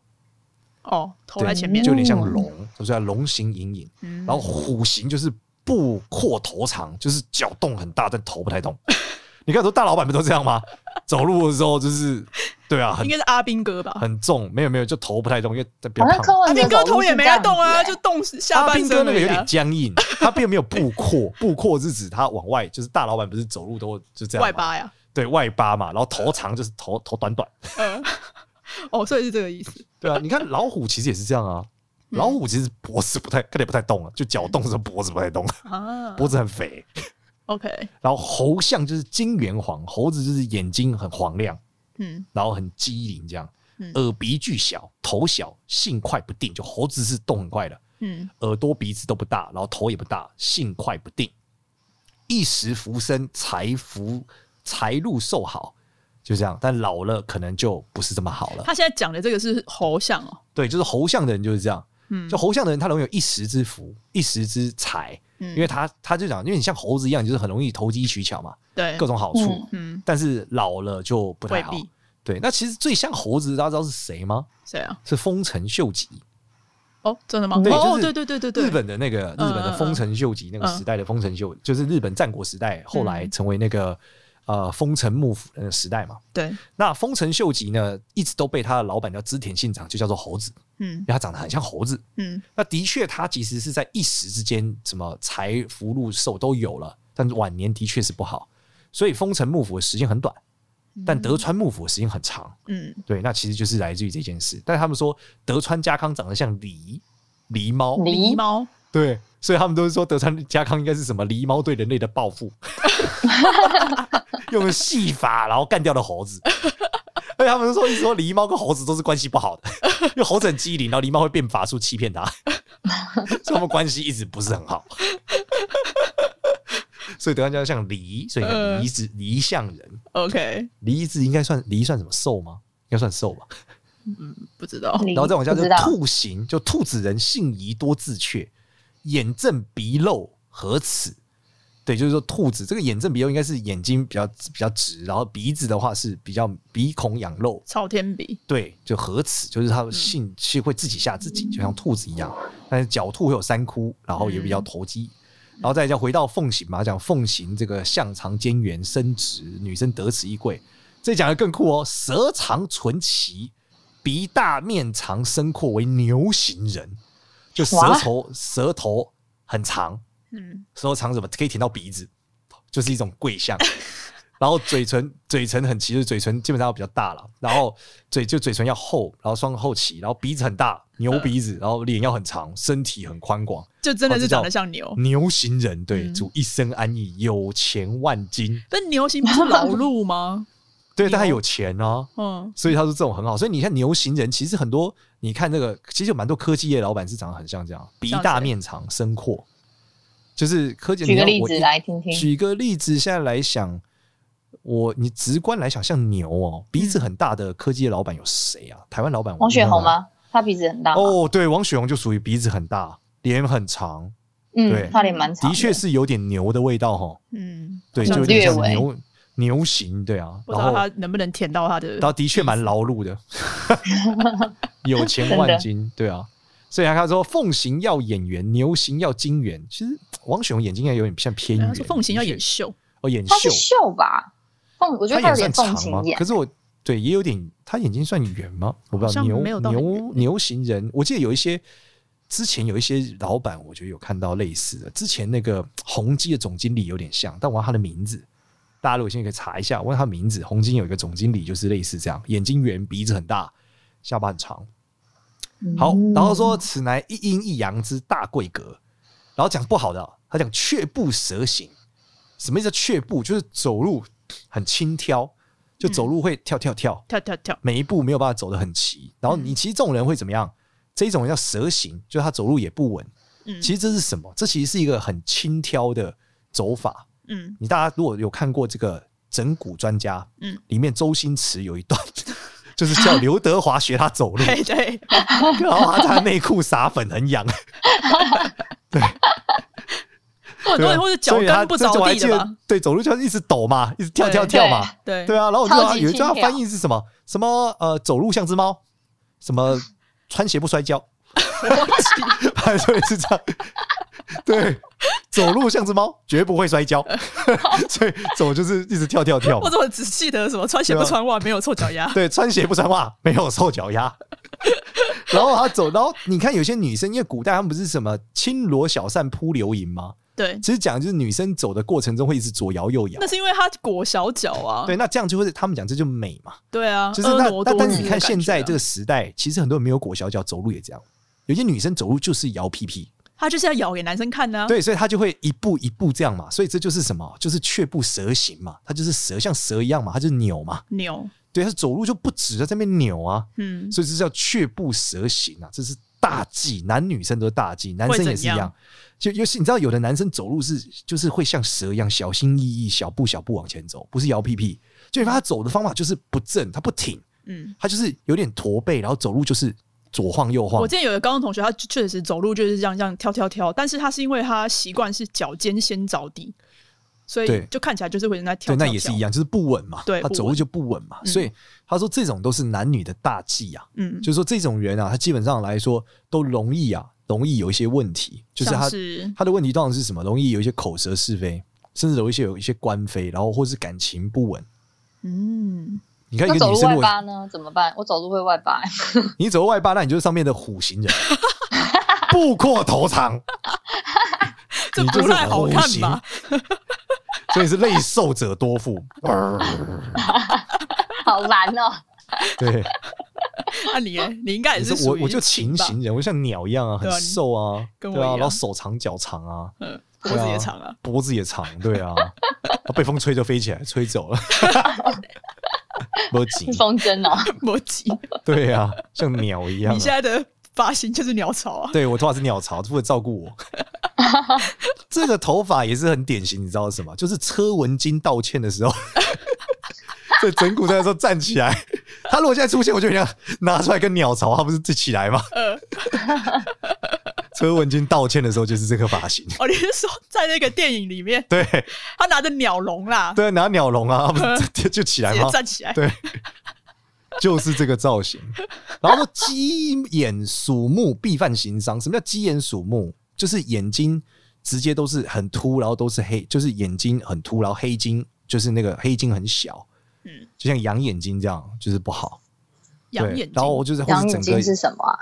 Speaker 1: 哦，头
Speaker 3: 对
Speaker 1: 在前面，
Speaker 3: 就有点像龙，所以叫龙形隐隐。
Speaker 1: 嗯
Speaker 3: 然后虎形就是步阔头长，就是脚动很大，但头不太动。 你看很多大老板不都这样吗？走路的时候就是，对啊，很
Speaker 1: 应该是阿兵哥吧？
Speaker 3: 很重，没有没有，就头不啊太动，因为比较
Speaker 4: 好像
Speaker 3: 胖
Speaker 4: 柯。
Speaker 1: 阿
Speaker 4: 文
Speaker 1: 兵
Speaker 4: 哲
Speaker 1: 哥
Speaker 4: 走
Speaker 1: 啊头
Speaker 4: 路
Speaker 1: 也
Speaker 4: 是
Speaker 1: 没
Speaker 4: 这
Speaker 1: 在
Speaker 4: 样子
Speaker 1: 动啊，
Speaker 4: 欸
Speaker 1: 就动下
Speaker 3: 阿
Speaker 1: 半
Speaker 3: 兵
Speaker 1: 身
Speaker 3: 哥那
Speaker 1: 而
Speaker 3: 个
Speaker 1: 已
Speaker 3: 有
Speaker 1: 啊
Speaker 3: 点僵硬，他并没有布阔， 布阔是指他往外，就是大老板不是走路都就这样嘛
Speaker 1: 外，八呀，
Speaker 3: 对外八嘛，然后头长就是头头短短，
Speaker 1: 嗯，哦，所以是这个意思，
Speaker 3: 对啊，你看老虎其实也是这样啊，老虎其实脖子不太看起来不太动啊了，就脚动的时候脖子不太动，
Speaker 1: 啊
Speaker 3: 脖子很肥，
Speaker 1: ，OK，
Speaker 3: 然后猴像就是金圆黄，猴子就是眼睛很黄亮，
Speaker 1: 嗯，
Speaker 3: 然后很机灵这样
Speaker 1: 嗯，
Speaker 3: 耳鼻巨小，头小，性快不定，就猴子是动很快的。
Speaker 1: 嗯，
Speaker 3: 耳朵、鼻子都不大，然后头也不大，性快不定，一时浮生，财福财路受好，就这样。但老了可能就不是这么好了。
Speaker 1: 他现在讲的这个是猴像哦，
Speaker 3: 对，就是猴相的人就是这样。
Speaker 1: 嗯，
Speaker 3: 就猴相的人，他容易有一时之福，一时之财，
Speaker 1: 因
Speaker 3: 因为他他就讲，因为你像猴子一样，你就是很容易投机取巧嘛，
Speaker 1: 对
Speaker 3: 各，种好处。
Speaker 4: 嗯
Speaker 1: 嗯，
Speaker 3: 但是老了就不太
Speaker 1: 未
Speaker 3: 好。
Speaker 1: 必，
Speaker 3: 对，那其实最像猴子，大家知道是谁吗？
Speaker 1: 谁啊？
Speaker 3: 是丰臣秀吉。
Speaker 1: 哦，真的吗？
Speaker 3: 对，
Speaker 1: 哦，
Speaker 3: 就是
Speaker 1: 对对对对对，嗯
Speaker 3: 日本的那个日本的丰臣秀吉那个时代的丰臣秀，就是日本战国时代后来
Speaker 1: 嗯
Speaker 3: 成为那个呃丰臣幕府的时代嘛。
Speaker 1: 对，
Speaker 3: 那丰臣秀吉呢，一直都被他的老板叫织田信长，就叫做猴子，
Speaker 1: 嗯
Speaker 3: 因为他长得很像猴子。
Speaker 1: 嗯
Speaker 3: 那的确，他其实是在一时之间，什么财福禄寿都有了，但晚年的确是不好。所以丰臣幕府的时间很短，但德川幕府的时间很长。
Speaker 1: 嗯，
Speaker 3: 对，那其实就是来自于这件事。但他们说德川家康长得像狸狸猫，
Speaker 1: 狸
Speaker 4: 狸
Speaker 1: 猫，
Speaker 3: 对，所以他们都是说德川家康应该是什么狸猫对人类的报复，用戏法然后干掉了猴子。而且他们就说一直说狸猫跟猴子都是关系不好的，因为猴子很机灵，然后狸猫会变法术欺骗他，所以他们关系一直不是很好。所以德汉教像狸，所以
Speaker 1: 嗯
Speaker 3: 狸子狸象人，
Speaker 1: OK，
Speaker 3: 狸子应该算狸算什么兽吗？应该算兽吧。
Speaker 1: 不知道。
Speaker 3: 哦
Speaker 4: 然
Speaker 3: 然后再往下
Speaker 4: 啊知
Speaker 3: 就是
Speaker 4: 道
Speaker 3: 兔形，就兔子人性疑多自却，眼正鼻露合齿。对，就是说兔子这个眼正鼻露应该是眼睛比较比较直，然后鼻子的话是比较鼻孔仰露，
Speaker 1: 朝天比
Speaker 3: 对，就合齿，就是它的性是会自己吓自己，就像兔子一样。但是狡兔会有三窟，然后也比较投机。然后再叫回到凤行嘛，讲凤行这个象长尖圆伸直，女生得此一贵。这讲的更酷哦，舌长唇齐，鼻大面长身阔为牛形人，就舌
Speaker 4: 哇
Speaker 3: 头舌头很长，
Speaker 1: 嗯，
Speaker 3: 舌头长什么可以舔到鼻子，就是一种贵相。 然后嘴唇嘴唇很齐，就是嘴唇基本上要比较大了，然后嘴就嘴唇要厚，然后双后齐，然后鼻子很大，牛鼻子，然后脸要很长，身体很宽广，
Speaker 1: 就真的是
Speaker 3: 哦这叫
Speaker 1: 长得像牛。
Speaker 3: 牛行人对，
Speaker 1: 嗯
Speaker 3: 主一生安逸，有钱万金，
Speaker 1: 但牛形不是老鹿吗？
Speaker 3: 对，但他有钱啊，
Speaker 1: 嗯，
Speaker 3: 所以他说这种很好。所以你看牛行人，其实很多，你看那个，其实有蛮多科技业老板是长得很像这样，鼻大面长，身阔，就是科技。
Speaker 4: 举个
Speaker 3: 你看
Speaker 4: 例
Speaker 3: 我
Speaker 4: 子
Speaker 3: 一
Speaker 4: 来听听。
Speaker 3: 举个例子，现在来想，我你直观来想，像牛哦，鼻子很大的科技业老板有谁啊？台湾老板
Speaker 4: 嗯王雪红
Speaker 3: 红？
Speaker 4: 吗？她鼻子很大吗，
Speaker 3: 哦，对，王雪红就属于鼻子很大，脸很长，对
Speaker 4: 嗯，她脸蛮长，
Speaker 3: 的确，是有点牛的味道哈、哦。
Speaker 1: 嗯，
Speaker 3: 对，
Speaker 1: 好
Speaker 3: 就
Speaker 1: 像
Speaker 3: 有点像
Speaker 4: 略微
Speaker 3: 牛牛型，对啊。
Speaker 1: 不知
Speaker 3: 然
Speaker 1: 道
Speaker 3: 后
Speaker 1: 它能不能舔到它的
Speaker 3: 然。后的确蛮劳 碌的，有钱万金，对啊。所以他说，凤行要眼圆，牛行要睛圆。其实王雪红眼睛也有点像偏
Speaker 1: 对啊
Speaker 3: 圆
Speaker 1: 他，说凤行要眼
Speaker 3: 的确
Speaker 1: 秀，
Speaker 3: 哦眼
Speaker 4: 她是
Speaker 3: 秀，
Speaker 4: 秀吧？凤，我觉得她
Speaker 3: 他
Speaker 4: 有
Speaker 3: 眼
Speaker 4: 点
Speaker 3: 算
Speaker 4: 凤
Speaker 3: 长
Speaker 4: 情
Speaker 3: 吗？
Speaker 4: 眼
Speaker 3: 可，是我对也有点，他眼睛算圆吗？我不知道
Speaker 1: 好像
Speaker 3: 牛
Speaker 1: 没有到很
Speaker 3: 牛
Speaker 1: 圆
Speaker 3: 牛型人，我记得有一些之前有一些老板，我觉得有看到类似的。之前那个宏基的总经理有点像，但我忘他的名字。大家如果现在可以查一下，问他名字。宏基有一个总经理就是类似这样，眼睛圆，鼻子很大，下巴很长。
Speaker 1: 嗯
Speaker 3: 好，然后说此乃一阴一阳之大贵格，然后讲不好的，哦他讲却步蛇行，什么意思叫却步？就是走路很轻佻，就
Speaker 1: 嗯
Speaker 3: 走路会跳跳跳，
Speaker 1: 跳跳跳，
Speaker 3: 每一步没有办法走得很齐。然后
Speaker 1: 嗯
Speaker 3: 你其实这种人会怎么样？这种人叫蛇行，就是他走路也不稳。
Speaker 1: 嗯
Speaker 3: 其实这是什么？这其实是一个很轻佻的走法。
Speaker 1: 嗯，
Speaker 3: 你大家如果有看过这个整蛊专家，
Speaker 1: 嗯，啊
Speaker 3: 里面周星驰有一段 就是叫刘德华学他走路，
Speaker 1: 对对，
Speaker 3: 然后他在内裤撒粉很痒，
Speaker 1: 或者
Speaker 3: 对啊，
Speaker 1: 或者脚
Speaker 3: 所以他
Speaker 1: 跟不
Speaker 3: 这
Speaker 1: 着
Speaker 3: 我还
Speaker 1: 地
Speaker 3: 记
Speaker 1: 的
Speaker 3: 得
Speaker 1: 吧？
Speaker 3: 对，走路就一直抖嘛，一直跳跳跳嘛，
Speaker 1: 对
Speaker 3: 对啊。然后我就
Speaker 4: 超
Speaker 3: 他
Speaker 4: 级
Speaker 3: 有一句他
Speaker 4: 轻佻
Speaker 3: 翻译是什么什么呃，走路像只猫，什么穿鞋不摔跤， 反正就是这样。对，走路像只猫，绝不会摔跤， 所以走就是一直跳跳跳嘛
Speaker 1: 我。怎么只记得什么穿
Speaker 3: 啊
Speaker 1: 鞋不穿袜，没有臭脚丫？
Speaker 3: 对，穿鞋不穿袜，没有臭脚丫。然后他走，然后你看有些女生，因为古代他们不是什么青罗小扇扑流萤吗？
Speaker 1: 对，
Speaker 3: 其实讲的就是女生走的过程中会一直左摇右摇
Speaker 1: 那。是因为它裹小脚啊。
Speaker 3: 对，那这样就会是他们讲这就美嘛，
Speaker 1: 对啊，
Speaker 3: 就是
Speaker 1: 婀
Speaker 3: 那
Speaker 1: 娜
Speaker 3: 那
Speaker 1: 多
Speaker 3: 但是
Speaker 1: 姿
Speaker 3: 你
Speaker 1: 的
Speaker 3: 看
Speaker 1: 感
Speaker 3: 现
Speaker 1: 觉
Speaker 3: 在
Speaker 1: 啊
Speaker 3: 这个，时代，其实很多人没有裹小脚走路也这样，有些女生走路就是摇屁屁，
Speaker 1: 它就是要咬给男生看呢。
Speaker 3: 对，所以她就会一步一步这样嘛，所以这就是什么，就是却步蛇行嘛，她就是蛇像蛇一样嘛，她就是扭嘛，
Speaker 1: 牛，
Speaker 3: 对，她走路就不止在这边扭啊，
Speaker 1: 嗯，
Speaker 3: 所以这叫却步蛇行啊，这是大忌，男女生都是大忌，男生也是一
Speaker 1: 会怎
Speaker 3: 样
Speaker 1: 样。
Speaker 3: 就尤其你知道，有的男生走路是就是会像蛇一样小心翼翼、小步小步往前走，不是摇屁屁。就你发现他走的方法就是不正，他不挺，
Speaker 1: 嗯。
Speaker 3: 他就是有点驼背，然后走路就是左晃右晃
Speaker 1: 我之。前有一个高中同学，他确实走路就是这样这样跳跳跳，但是他是因为他习惯是脚尖先着地，所
Speaker 3: 对
Speaker 1: 以就看起来就是会人在跳
Speaker 3: 对，
Speaker 1: 跳
Speaker 3: 那也是一。样，就是不稳嘛。
Speaker 1: 对
Speaker 3: 他走
Speaker 1: 不
Speaker 3: 路
Speaker 1: 稳
Speaker 3: 就不稳嘛。
Speaker 1: 嗯
Speaker 3: 所以他说这种都是男女的大忌啊。
Speaker 1: 跳嗯，
Speaker 3: 就是说这种人啊，他基本上来说都容易啊，容易有一些问题，就是他
Speaker 1: 像是
Speaker 3: 他的问题当然是什么，容易有一些口舌是非，甚至有一些有一些官非，然后或是感情不稳。
Speaker 1: 嗯，
Speaker 3: 你看一
Speaker 4: 那
Speaker 3: 个
Speaker 4: 走
Speaker 3: 女
Speaker 4: 路
Speaker 3: 生，如
Speaker 4: 外
Speaker 3: 果
Speaker 4: 八呢？怎么办？我走路会外八，
Speaker 3: 你走外八，那你就是上面的虎 形人，布阔头长，
Speaker 1: 这
Speaker 3: 你就
Speaker 1: 不
Speaker 3: 是哦
Speaker 1: 太好
Speaker 3: 虎
Speaker 1: 看
Speaker 3: 形
Speaker 1: 吧？
Speaker 3: 所以是累瘦者多 富。
Speaker 4: 好难 哦。
Speaker 3: 对，
Speaker 1: 那啊你嘞你应该也
Speaker 3: 你
Speaker 1: 是
Speaker 3: 是我
Speaker 1: 属于
Speaker 3: 我就
Speaker 1: 禽
Speaker 3: 禽
Speaker 1: 吧，
Speaker 3: 形人，我像鸟一样啊，很
Speaker 1: 对啊你
Speaker 3: 瘦啊，
Speaker 1: 跟
Speaker 3: 对
Speaker 1: 我
Speaker 3: 啊，
Speaker 1: 一样
Speaker 3: 然后手长脚长啊，
Speaker 1: 嗯，脖子
Speaker 3: 对啊
Speaker 1: 也长啊。
Speaker 3: 啊脖子也长，对啊，被风吹就飞起来，吹走了。不急，
Speaker 4: 风筝哦，
Speaker 1: 摩吉，
Speaker 3: 对啊，像鸟一样
Speaker 1: 你现
Speaker 3: 啊、
Speaker 1: 在的发型就是鸟巢啊。
Speaker 3: 对我头发是鸟巢，负责照顾我。 这个头发也是很典型，你知道是什么？就是车文金道歉的时候， 这整蛊在的时候站起来，他如果现在出现，我就想拿出来跟鸟巢，他不是自起来吗？
Speaker 1: 呃，
Speaker 3: 车文金道歉的时候就是这个发型，
Speaker 1: 哦，你是说在那个电影里面，
Speaker 3: 对
Speaker 1: 他拿着鸟笼啦，
Speaker 3: 对，拿鸟笼啊，他不是就就起来
Speaker 1: 直
Speaker 3: 吗
Speaker 1: 接？站起来，
Speaker 3: 对，就是这个造型。然后说鸡眼鼠目，必犯行商。什么叫鸡眼鼠目？就是眼睛直接都是很凸，然后都是黑，就是眼睛很凸，然后黑睛就是那个黑睛很小，
Speaker 1: 嗯
Speaker 3: 就像羊眼睛这样，就是不好。
Speaker 1: 养
Speaker 3: 对
Speaker 1: 眼睛，
Speaker 3: 然后就是或
Speaker 4: 养
Speaker 3: 是
Speaker 4: 眼
Speaker 3: 整
Speaker 4: 睛
Speaker 3: 个
Speaker 4: 是什么啊？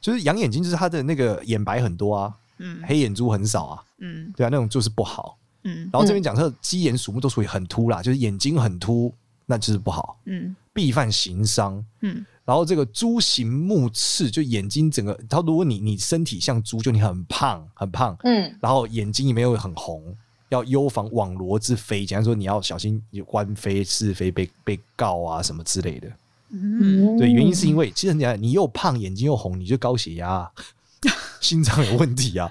Speaker 3: 就是羊眼睛，就是它的那个眼白很多啊，
Speaker 1: 嗯
Speaker 3: 黑眼珠很少啊，
Speaker 1: 嗯
Speaker 3: 对啊，那种就是不好。
Speaker 1: 嗯
Speaker 3: 然后这边讲说鸡眼鼠目都属于很凸啦，就是眼睛很凸，那就是不好，
Speaker 1: 嗯
Speaker 3: 必犯行商。
Speaker 1: 嗯
Speaker 3: 然后这个猪形目赤，就眼睛整个，它如果你你身体像猪，就你很胖很胖，
Speaker 4: 嗯，
Speaker 3: 然后眼睛也没有很红，要忧防网罗之非，简单说你要小心有官非是非被被告啊什么之类的。
Speaker 1: 嗯，
Speaker 3: 对，原因是因为其实很简单，你又胖眼睛又红，你就高血压、啊，心脏有问题啊，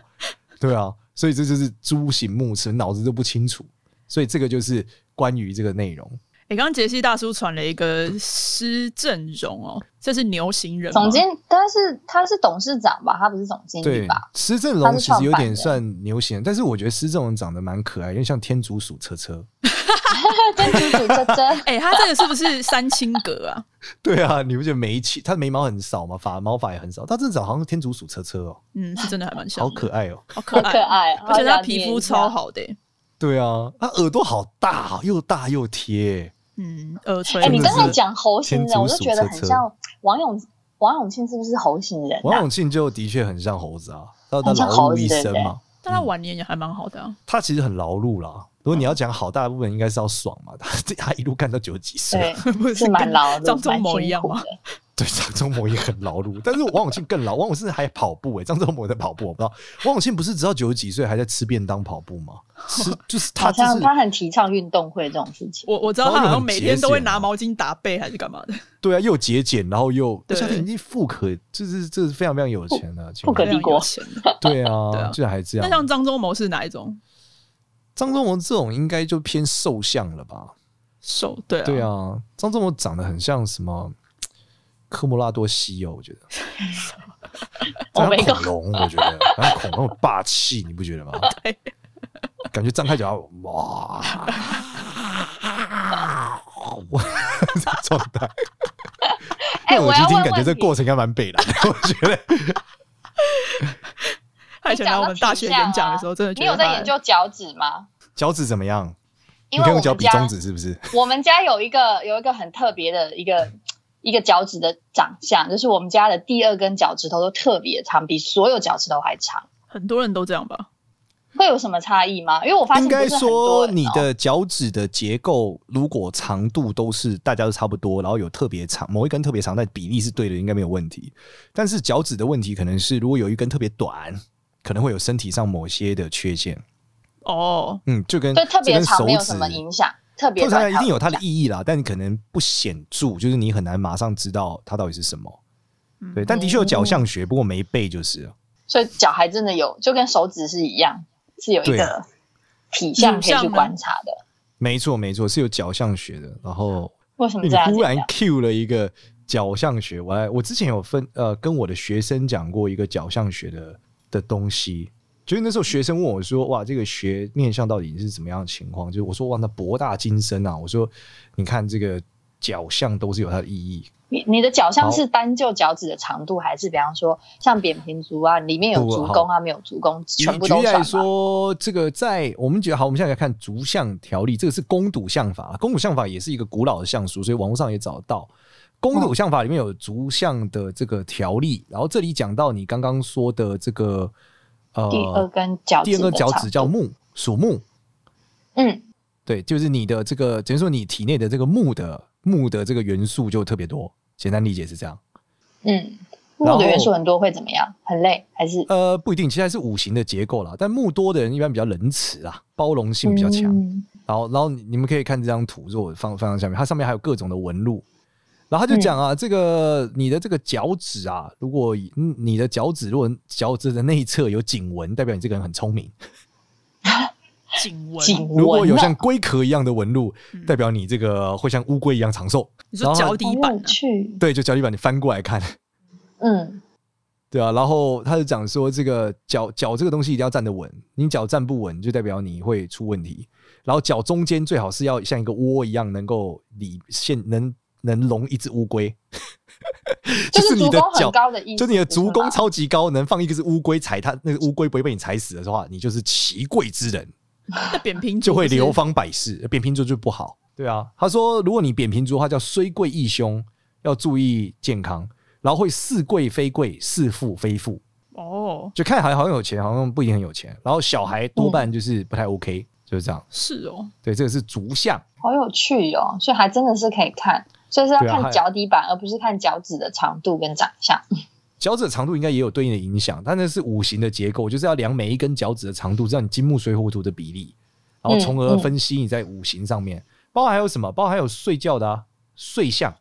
Speaker 3: 对啊，所以这就是猪形目赤，脑子都不清楚，所以这个就是关于这个内容。
Speaker 1: 哎，刚刚杰西大叔传了一个施正荣哦，这是牛行
Speaker 3: 啊
Speaker 1: 人吗，
Speaker 4: 总监，但是他是董事长吧？他不是总经理
Speaker 3: 对
Speaker 4: 吧？，
Speaker 3: 施正
Speaker 4: 他
Speaker 3: 荣
Speaker 4: 是
Speaker 3: 其实有
Speaker 4: 创办
Speaker 3: 点
Speaker 4: 人
Speaker 3: 算牛型，但是我觉得施正荣长得蛮可爱，有点像天竺鼠车车。
Speaker 4: 天竺鼠车车
Speaker 1: 哎，他这个是不是三清阁啊？
Speaker 3: 对啊，你不觉得眉气？他眉毛很少嘛，发毛发也很少，他真的长得好像天竺鼠车车哦，
Speaker 1: 嗯，是真的还蛮像
Speaker 3: 好
Speaker 1: 的，
Speaker 3: 可爱哦。
Speaker 1: 好可
Speaker 4: 好
Speaker 1: 爱，
Speaker 4: 可爱，啊
Speaker 1: 而且
Speaker 4: 好
Speaker 1: 他
Speaker 4: 想
Speaker 1: 皮
Speaker 4: 捏
Speaker 1: 肤
Speaker 4: 一下
Speaker 1: 超，好的欸，
Speaker 3: 对啊，他耳朵好大哦，又大又贴。
Speaker 1: 嗯，耳垂
Speaker 4: 哎、你
Speaker 1: 很
Speaker 3: 真的
Speaker 4: 刚
Speaker 1: 是
Speaker 4: 才讲猴型
Speaker 3: 天
Speaker 4: 人，
Speaker 3: 竺
Speaker 4: 我就
Speaker 3: 鼠
Speaker 4: 觉得
Speaker 3: 车
Speaker 4: 很
Speaker 3: 车
Speaker 4: 像王永王永庆，是不是猴型人、
Speaker 3: 王
Speaker 4: 啊？
Speaker 3: 永庆就的确很像猴子啊，他他
Speaker 4: 很像
Speaker 3: 劳
Speaker 4: 猴
Speaker 3: 碌
Speaker 4: 子
Speaker 3: 一生
Speaker 4: 对不
Speaker 3: 嘛，
Speaker 1: 但他晚年也还蛮好的啊。
Speaker 3: 他其实很劳碌啦。如果你要讲好，大部分应该是要爽嘛，他 他一路干到九十几岁，
Speaker 4: 对，
Speaker 1: 不
Speaker 4: 是蛮
Speaker 1: 跟
Speaker 4: 劳 碌，
Speaker 1: 张忠谋
Speaker 4: 蛮
Speaker 1: 一
Speaker 4: 辛
Speaker 1: 样
Speaker 4: 苦
Speaker 1: 吗
Speaker 4: 的？
Speaker 3: 对，张忠谋也很劳碌，但是王永庆更劳。王永庆还跑步诶、欸张忠谋在跑步，我不知道。王永庆不是直到九十几岁还在吃便当跑步吗？吃就是他
Speaker 4: 好
Speaker 3: 就
Speaker 4: 像
Speaker 3: 是
Speaker 4: 他很提倡运动会这种事情。
Speaker 1: 我我知道他好像每天都会
Speaker 3: 然
Speaker 1: 拿
Speaker 3: 后又很节俭啊
Speaker 1: 毛巾打背还是干嘛的，
Speaker 3: 对啊，又节俭，然后又而
Speaker 1: 对
Speaker 3: 且他已经富可，就是这是非常非常有钱的、
Speaker 4: 富可
Speaker 1: 非常
Speaker 4: 敌国
Speaker 1: 有钱的。
Speaker 3: 对啊，
Speaker 1: 对啊
Speaker 3: 居然还 这
Speaker 1: 那像
Speaker 3: 样。
Speaker 1: 张忠谋是哪一种
Speaker 3: 张忠谋这种应该就偏瘦相了吧？
Speaker 1: 瘦？对啊，
Speaker 3: 对啊，张忠谋长得很像什么科莫拉多西哦，我 觉得。
Speaker 4: Oh
Speaker 3: 像
Speaker 4: my
Speaker 3: 恐龙，我觉得，然后恐龙很霸气，你不 觉得吗？
Speaker 1: 对
Speaker 3: 感觉张开脚哇，哇，这状态。
Speaker 4: 哎、
Speaker 3: 那
Speaker 4: 我
Speaker 3: 耳机
Speaker 4: 要
Speaker 3: 听
Speaker 4: 问
Speaker 3: 感觉
Speaker 4: 问
Speaker 3: 这
Speaker 4: 题，
Speaker 3: 过程应该蛮北蓝的，我觉得。
Speaker 1: 他以前来我们大学演讲的时候，真的觉
Speaker 4: 你
Speaker 1: 得
Speaker 4: 有在
Speaker 1: 他
Speaker 4: 研究脚趾吗？
Speaker 3: 脚趾怎么样？你
Speaker 4: 因为
Speaker 3: 可以
Speaker 4: 我
Speaker 3: 用脚
Speaker 4: 们
Speaker 3: 比
Speaker 4: 家
Speaker 3: 中指是不是？
Speaker 4: 我们家有一个有一个很特别的一个一个脚趾的长相，就是我们家的第二根脚趾头都特别长，比所有脚趾头还长。
Speaker 1: 很多人都这样吧？
Speaker 4: 会有什么差异吗？因为我发现
Speaker 3: 应
Speaker 4: 不
Speaker 3: 该
Speaker 4: 是很多
Speaker 3: 说
Speaker 4: 人
Speaker 3: 你
Speaker 4: 哦
Speaker 3: 的脚趾的结构，如果长度都是大家都差不多，然后有特别长，某一根特别长，但比例是对的，应该没有问题。但是脚趾的问题可能是，如果有一根特别短，可能会有身体上某些的缺陷。
Speaker 1: 哦，
Speaker 3: 嗯，就跟
Speaker 4: 对特别
Speaker 3: 就跟手
Speaker 4: 长
Speaker 3: 指
Speaker 4: 没有什么影响，特别
Speaker 3: 通常
Speaker 4: 短
Speaker 3: 一定有
Speaker 4: 影
Speaker 3: 它的
Speaker 4: 响
Speaker 3: 意义啦，但你可能不显著，就是你很难马上知道它到底是什么。
Speaker 1: 嗯
Speaker 3: 对，但的确有脚相学，不过没背就是了。
Speaker 4: 所以脚还真的有，就跟手指是一样，是有一
Speaker 3: 对
Speaker 4: 个体相可以去观察的。
Speaker 3: 没错，没错，是有脚相学的。然后
Speaker 4: 为什么啊
Speaker 3: 你
Speaker 4: 这
Speaker 3: 嗯
Speaker 4: 样
Speaker 3: 忽然
Speaker 4: 讲？
Speaker 3: Q 了一个脚相学，我来，我之前有分呃跟我的学生讲过一个脚相学的的东西，就是那时候学生问我说，哇，这个学面相到底是怎么样的情况？就是我说哇，那博大精深啊，我说你看这个脚相都是有它的意义，
Speaker 4: 你你的脚
Speaker 3: 好
Speaker 4: 像是单就脚趾的长度，还是比方说像扁平足啊，里面有
Speaker 3: 不
Speaker 4: 足
Speaker 3: 好
Speaker 4: 弓啊，没有足弓，
Speaker 3: 举
Speaker 4: 全部
Speaker 3: 举
Speaker 4: 都
Speaker 3: 例
Speaker 4: 算
Speaker 3: 来
Speaker 4: 吗？
Speaker 3: 说，这个在我们觉得好，我们现在来看足相条例，这个是公赌相法，公赌相法也是一个古老的相书，所以网络上也找得到。公赌相法里面有足相的这个条例，然后这里讲到你刚刚说的这个呃
Speaker 4: 第二根脚趾
Speaker 3: 第
Speaker 4: 的
Speaker 3: 二根脚趾
Speaker 4: 长
Speaker 3: 叫
Speaker 4: 度
Speaker 3: 木，属木，
Speaker 4: 嗯，
Speaker 3: 对，就是你的这个呃等于说你体内的这个木的木的这个元素就特别多，简单理解是这样。
Speaker 4: 嗯，
Speaker 3: 然
Speaker 4: 木
Speaker 3: 后
Speaker 4: 的元素很多会怎么样？很累还是
Speaker 3: 呃，不一定，其实还是五行的结构啦，但木多的人一般比较仁慈啊，包容性比较强。
Speaker 4: 嗯
Speaker 3: 然后然后你你们可以看这张图，是我放放到下面，它上面还有各种的纹路。然后他就讲啊，这个你的这个脚趾啊，如果以嗯你的脚趾如果脚趾的内侧有颈纹，代表你这个人很聪明；
Speaker 1: 颈纹，
Speaker 4: 颈
Speaker 3: 如果
Speaker 4: 纹
Speaker 3: 有
Speaker 4: 啊，
Speaker 3: 像龟壳一样的纹路，代表你这个会像乌龟一样长寿。
Speaker 1: 你说
Speaker 3: 然后它
Speaker 1: 脚底
Speaker 4: 好
Speaker 1: 板、
Speaker 4: 有
Speaker 1: 啊，
Speaker 4: 趣，
Speaker 3: 对，就脚底板你翻过来看，
Speaker 4: 嗯，
Speaker 3: 对啊，然后他就讲说，这个脚脚这个东西一定要站得稳，你脚站不稳，就代表你会出问题。然后脚中间最好是要像一个窝一样，能够里现能能容一只乌 龟，
Speaker 4: 就是
Speaker 3: 你
Speaker 4: 足
Speaker 3: 的
Speaker 4: 弓
Speaker 3: 脚
Speaker 4: 很，高的意思，
Speaker 3: 就你的足弓
Speaker 4: 是吗
Speaker 3: 超级高，能放一只乌龟踩它，那个乌龟不会被你踩死的啊话，你就是奇贵之人，
Speaker 1: 那扁平足
Speaker 3: 就会
Speaker 1: 是
Speaker 3: 流芳百世。扁平足就不好，对啊。他说，如果你扁平足的话，叫虽贵亦凶，要注意健康，然后会似贵非贵，似富非富。
Speaker 1: 哦，
Speaker 3: 就看起来好像有钱，好像不一定很有钱。然后小孩多半就是不太 OK，、就是这
Speaker 4: 嗯
Speaker 3: 样。
Speaker 1: 是哦，
Speaker 3: 对，这个是足相，
Speaker 4: 好有趣哦，所以还真的是可以看，所以是要
Speaker 3: 对啊
Speaker 4: 看
Speaker 3: 还
Speaker 4: 脚底板，而不是看脚趾的长度跟长相。
Speaker 3: 脚趾的长度应该也有对应的影响，但那是五行的结构，就是要量每一根脚趾的长度，知道你金木水火土的比例，然后从
Speaker 4: 嗯
Speaker 3: 而分析你在五行上面。包含还有什么？包含还有睡觉的啊，睡相，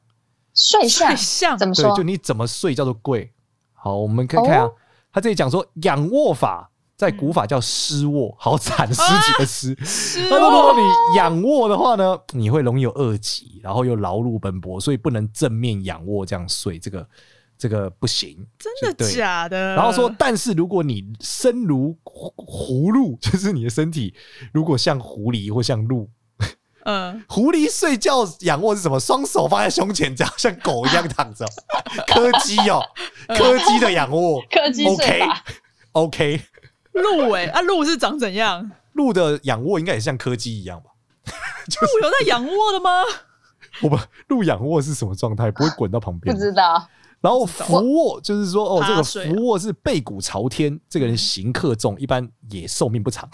Speaker 4: 睡相
Speaker 1: 睡相
Speaker 4: 怎么
Speaker 3: 对
Speaker 4: 说，
Speaker 3: 就？你怎么睡叫做贵。好，我们看看啊，
Speaker 4: 哦
Speaker 3: 他这里讲说仰卧法。在古法叫尸卧，好惨，
Speaker 4: 啊
Speaker 3: 尸体的尸。
Speaker 1: 是
Speaker 3: 那如
Speaker 1: 哦，
Speaker 3: 果你仰卧的话呢，你会容易有二级，然后又劳碌奔波，所以不能正面仰卧这样睡，这个这个不行。
Speaker 1: 真
Speaker 3: 就对
Speaker 1: 的假的？
Speaker 3: 然后说，但是如果你身如狐葫芦，就是你的身体如果像狐狸或像鹿，
Speaker 1: 嗯，
Speaker 3: 狐狸睡觉仰卧是什么？双手放在胸前，这样像狗一样躺着，柯基哦，柯基的仰卧
Speaker 4: 柯基睡
Speaker 3: ，OK
Speaker 4: 法
Speaker 3: OK，
Speaker 1: 鹿哎、啊鹿是长怎样？
Speaker 3: 鹿的仰卧应该也像柯基一样吧？
Speaker 1: 鹿有在仰卧的 吗？
Speaker 3: 我们鹿仰卧是什么状态？不会滚到旁边
Speaker 4: 不
Speaker 3: 吗？
Speaker 4: 知道，
Speaker 3: 然后俯卧就是说，哦，
Speaker 1: 趴
Speaker 3: 这个
Speaker 1: 睡
Speaker 3: 俯卧是背骨朝天，这个人行克重，一般也寿命不长，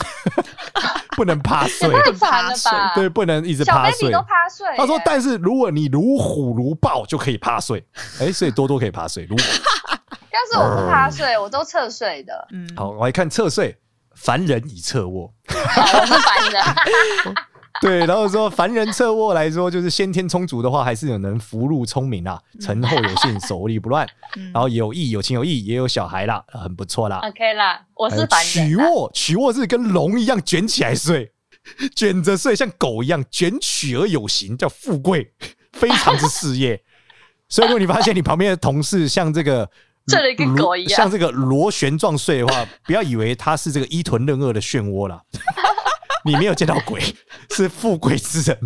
Speaker 3: 不能趴 睡，
Speaker 4: 太惨了吧？
Speaker 3: 对，不能一直
Speaker 4: 小
Speaker 3: 趴
Speaker 4: baby
Speaker 3: 睡
Speaker 4: 都。趴睡耶。
Speaker 3: 他说，但是如果你如虎如豹就可以趴睡，哎，所以多多可以趴睡。如虎
Speaker 4: 要是我不趴
Speaker 3: 嗯
Speaker 4: 睡，我都侧睡的，
Speaker 1: 嗯，
Speaker 3: 好，我来看侧睡，凡人以侧卧。
Speaker 4: 我是凡 人。
Speaker 3: 对，然后说凡人侧卧来说，就是先天充足的话，还是有能福禄聪明啦，成后有信，手立不乱，
Speaker 1: 嗯，
Speaker 3: 然后有义有情有义，也有小孩啦，很不错啦。
Speaker 4: OK 啦，我
Speaker 3: 还
Speaker 4: 是
Speaker 3: 有
Speaker 4: 凡
Speaker 3: 曲
Speaker 4: 人啊。
Speaker 3: 呃沃，曲沃是跟龙一样卷起来睡， 卷着睡，像狗一样卷曲而有形，叫富 贵，非常之事业。所以，如果你发现你旁边的同事像这个
Speaker 4: 这里跟狗一样
Speaker 3: 像这个螺旋状睡的话，不要以为它是这个伊屯任二的漩涡 啦，你没有见到鬼， 是富贵之人。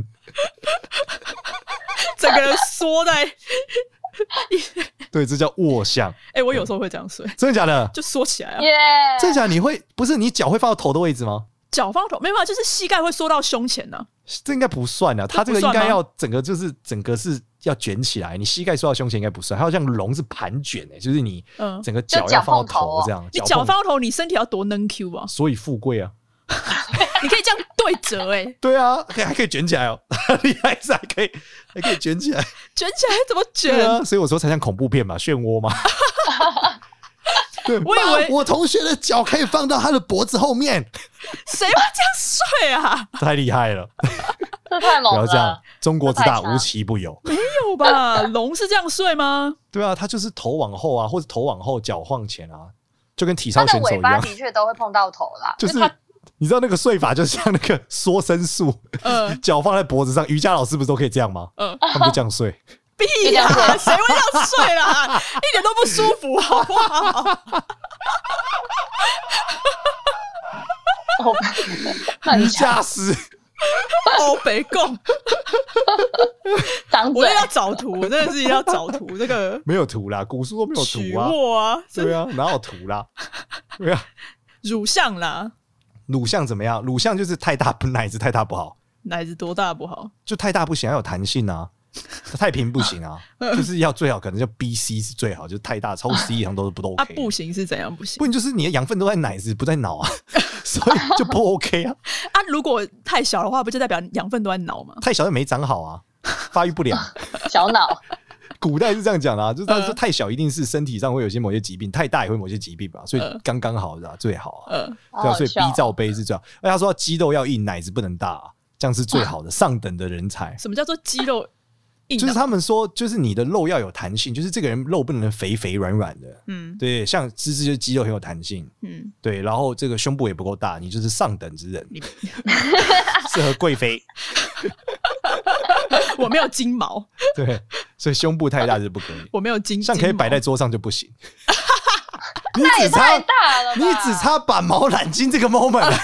Speaker 1: 整个人缩在，
Speaker 3: 对，这叫卧相，
Speaker 1: 哎、我有时候会这样睡，
Speaker 3: 真的假的？
Speaker 1: 就缩起来啊，
Speaker 4: 耶，
Speaker 3: 真的假的？你会不是你脚会放到头的位置吗？
Speaker 1: 脚放头没有啊，就是膝盖会缩到胸前啊呢、
Speaker 3: 这应该不算啊，它
Speaker 1: 不
Speaker 3: 这个应
Speaker 1: 算吗
Speaker 3: 该要整个就是整个是要卷起来，你膝盖缩到胸前应该不算，还有像龙是盘卷诶、就是你
Speaker 1: 嗯
Speaker 3: 整个脚要放到头这样，
Speaker 1: 你
Speaker 3: 脚
Speaker 1: 脚
Speaker 3: 碰
Speaker 1: 放到头，你身体要多能 Q 啊！
Speaker 3: 所以富贵啊，
Speaker 1: 你可以这样对折、 哎，
Speaker 3: 对啊，可以还可以卷起来哦， 厉害是还可以还可以卷起来，
Speaker 1: 卷起来怎么卷？
Speaker 3: 对啊，所以我说才像恐怖片嘛，漩涡嘛。对，
Speaker 1: 我以为
Speaker 3: 妈我同学的脚可以放到他的脖子后面，
Speaker 1: 谁会这样睡啊？
Speaker 3: 太厉害了！
Speaker 4: 这太
Speaker 3: 不
Speaker 4: 猛
Speaker 3: 要这样
Speaker 4: 了。，
Speaker 3: 中国之大
Speaker 4: 这太强
Speaker 3: 无奇不有。
Speaker 1: 没有吧？龙是这样睡吗？
Speaker 3: 对啊，他就是头往后啊，或者头往后，脚晃前啊，就跟体操
Speaker 4: 它的
Speaker 3: 选手
Speaker 4: 尾
Speaker 3: 一
Speaker 4: 巴
Speaker 3: 样，
Speaker 4: 的确都会碰到头 啦，
Speaker 3: 就是
Speaker 4: 因为它
Speaker 3: 你知道那个睡法就像那个缩身术，
Speaker 1: 呃
Speaker 3: 脚放在脖子上，瑜伽老师不是都可以这样吗？
Speaker 1: 呃，
Speaker 3: 他们就这样睡，
Speaker 1: 屁呀、谁会这样睡啦？一点都不舒服，好不好？
Speaker 4: 头
Speaker 3: 瑜
Speaker 4: 很长
Speaker 3: 伽师
Speaker 1: 欧北共，
Speaker 4: 长
Speaker 1: 我
Speaker 4: 嘴
Speaker 1: 真的要找图，我真的是要找图。这个
Speaker 3: 没有图啦，古书都没有
Speaker 1: 曲
Speaker 3: 图啊，
Speaker 1: 沃啊，
Speaker 3: 对啊，哪有图啦？对啊，
Speaker 1: 乳像啦，
Speaker 3: 乳相怎么样？乳相就是太大不奶子太大不好，
Speaker 1: 奶子多大不好？
Speaker 3: 就太大不行，要有弹性啊。太平不行啊，就是要最好可能就 B C 是最好，就是太大超 C 以上都是不都
Speaker 1: 啊
Speaker 3: OK。，
Speaker 1: 不行是怎样不行
Speaker 3: 不？然就是你的养分都在奶子，不在脑啊，所以就不 OK 啊。
Speaker 1: 啊，如果太小的话，不就代表养分都在脑吗？
Speaker 3: 太小就没长好啊，发育不良。
Speaker 4: 小脑，
Speaker 3: 古代是这样讲啦、就是他说
Speaker 1: 呃
Speaker 3: 太小一定是身体上会有些某些疾病，太大也会某些疾病吧，所以
Speaker 1: 呃
Speaker 3: 刚刚好是吧？最好啊，
Speaker 1: 呃，
Speaker 3: 对啊，
Speaker 4: 好好
Speaker 3: 所以
Speaker 4: 笑
Speaker 3: B 罩杯是最好。而且他说肌肉要硬，奶子不能大、啊，这样是最好的上等的人才。
Speaker 1: 什么叫做肌肉硬
Speaker 3: 就是
Speaker 1: 朗？
Speaker 3: 他们说，就是你的肉要有弹性，就是这个人肉不能肥肥软软的。
Speaker 1: 嗯
Speaker 3: 对，像芝芝就是肌肉很有弹性，
Speaker 1: 嗯，
Speaker 3: 对，然后这个胸部也不够大，你就是上等之人，
Speaker 1: 你
Speaker 3: 适合贵妃。
Speaker 1: 我没有金毛，
Speaker 3: 对，所以胸部太大是不 可以。
Speaker 1: 我没有金，
Speaker 3: 像可以
Speaker 1: 金毛
Speaker 3: 摆在桌上就不行。你
Speaker 4: 那也
Speaker 3: 只差
Speaker 4: 太大了吧，
Speaker 3: 你只差把毛揽进这个 moment 了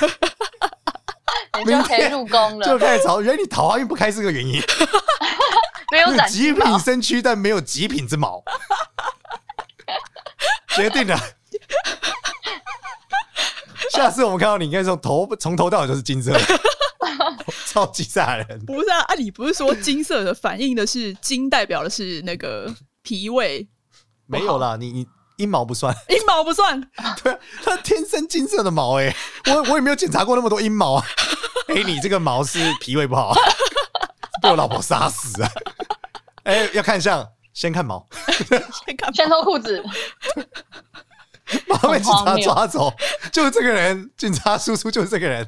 Speaker 4: 你就可以入宫
Speaker 3: 就
Speaker 4: 了，
Speaker 3: 开始吵。原来你桃花运不开是个原因，
Speaker 4: 没有
Speaker 3: 有
Speaker 4: 展
Speaker 3: 极
Speaker 4: 翅
Speaker 3: 品
Speaker 4: 膀，
Speaker 3: 身躯，但没有极品之毛。决定了，下次我们看到你，应该从头从头到尾都是金色 的，超级吓人。
Speaker 1: 不是啊？啊，你不是说金色的反映的是金代表的是那 个脾胃，
Speaker 3: 没有啦，你你阴毛不算，
Speaker 1: 阴毛不 算，
Speaker 3: 对啊，它天生金色的毛哎、我我也没有检查过那么多阴毛啊。 哎、你这个毛是脾胃不好、啊， 被我老婆杀死啊！哎、要看相，先看毛，
Speaker 1: 先看
Speaker 4: 先脱裤子，
Speaker 3: 毛被警
Speaker 4: 好荒
Speaker 3: 察
Speaker 4: 谬
Speaker 3: 抓走，就是这个人，警察叔叔就是这个人。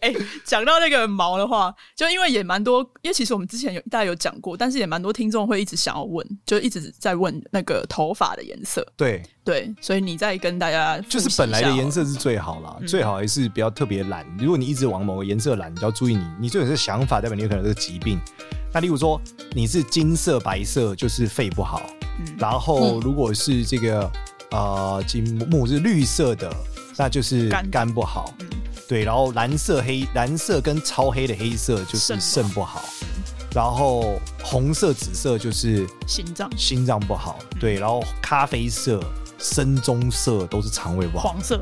Speaker 1: 哎，讲到那个毛的话，就因为也蛮多，因为其实我们之前有大家有讲过，但是也蛮多听众会一直想要问，就一直在问那个头发的颜色。
Speaker 3: 对，
Speaker 1: 对，所以你再跟大家
Speaker 3: 就是本来的颜
Speaker 1: 色，
Speaker 3: 色是最好
Speaker 4: 嗯
Speaker 3: 啦，最好还是不要特别染。如果你一直往某个颜色染，你就要注意你，你这种是想法，代表你有可能是疾病。那例如说你是金色、白色，就是肺不好；
Speaker 1: 嗯
Speaker 3: 然后如果是这个呃金木是绿色的，那就是
Speaker 1: 肝
Speaker 3: 肝不好。
Speaker 1: 嗯
Speaker 3: 对，然后蓝色黑蓝色跟超黑的黑色就
Speaker 1: 肾不
Speaker 3: 是
Speaker 1: 好
Speaker 3: 肾不好，然后红色紫色就是
Speaker 1: 心脏嗯
Speaker 3: 心脏不好，对，然后咖啡色、深棕色都是肠胃不好，
Speaker 1: 黄色，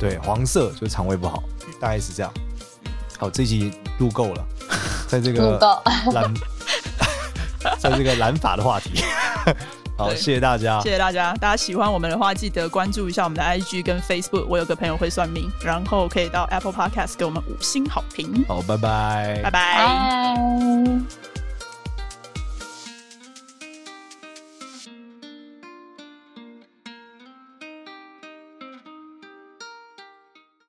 Speaker 3: 对，黄色就是肠胃不好，大概是这样。好，这集录够 了，在这个
Speaker 4: 录够
Speaker 3: 蓝， 在这个蓝法的 话题，好，
Speaker 1: 对
Speaker 3: 谢谢大家
Speaker 1: 谢，谢大家。大家喜欢我们的话，记得关注一下我们的 IG 跟 Facebook。我有个朋友会算命，然后可以到 Apple Podcast 给我们五星好评。
Speaker 3: 好，拜拜，
Speaker 1: 拜拜。
Speaker 4: 哎。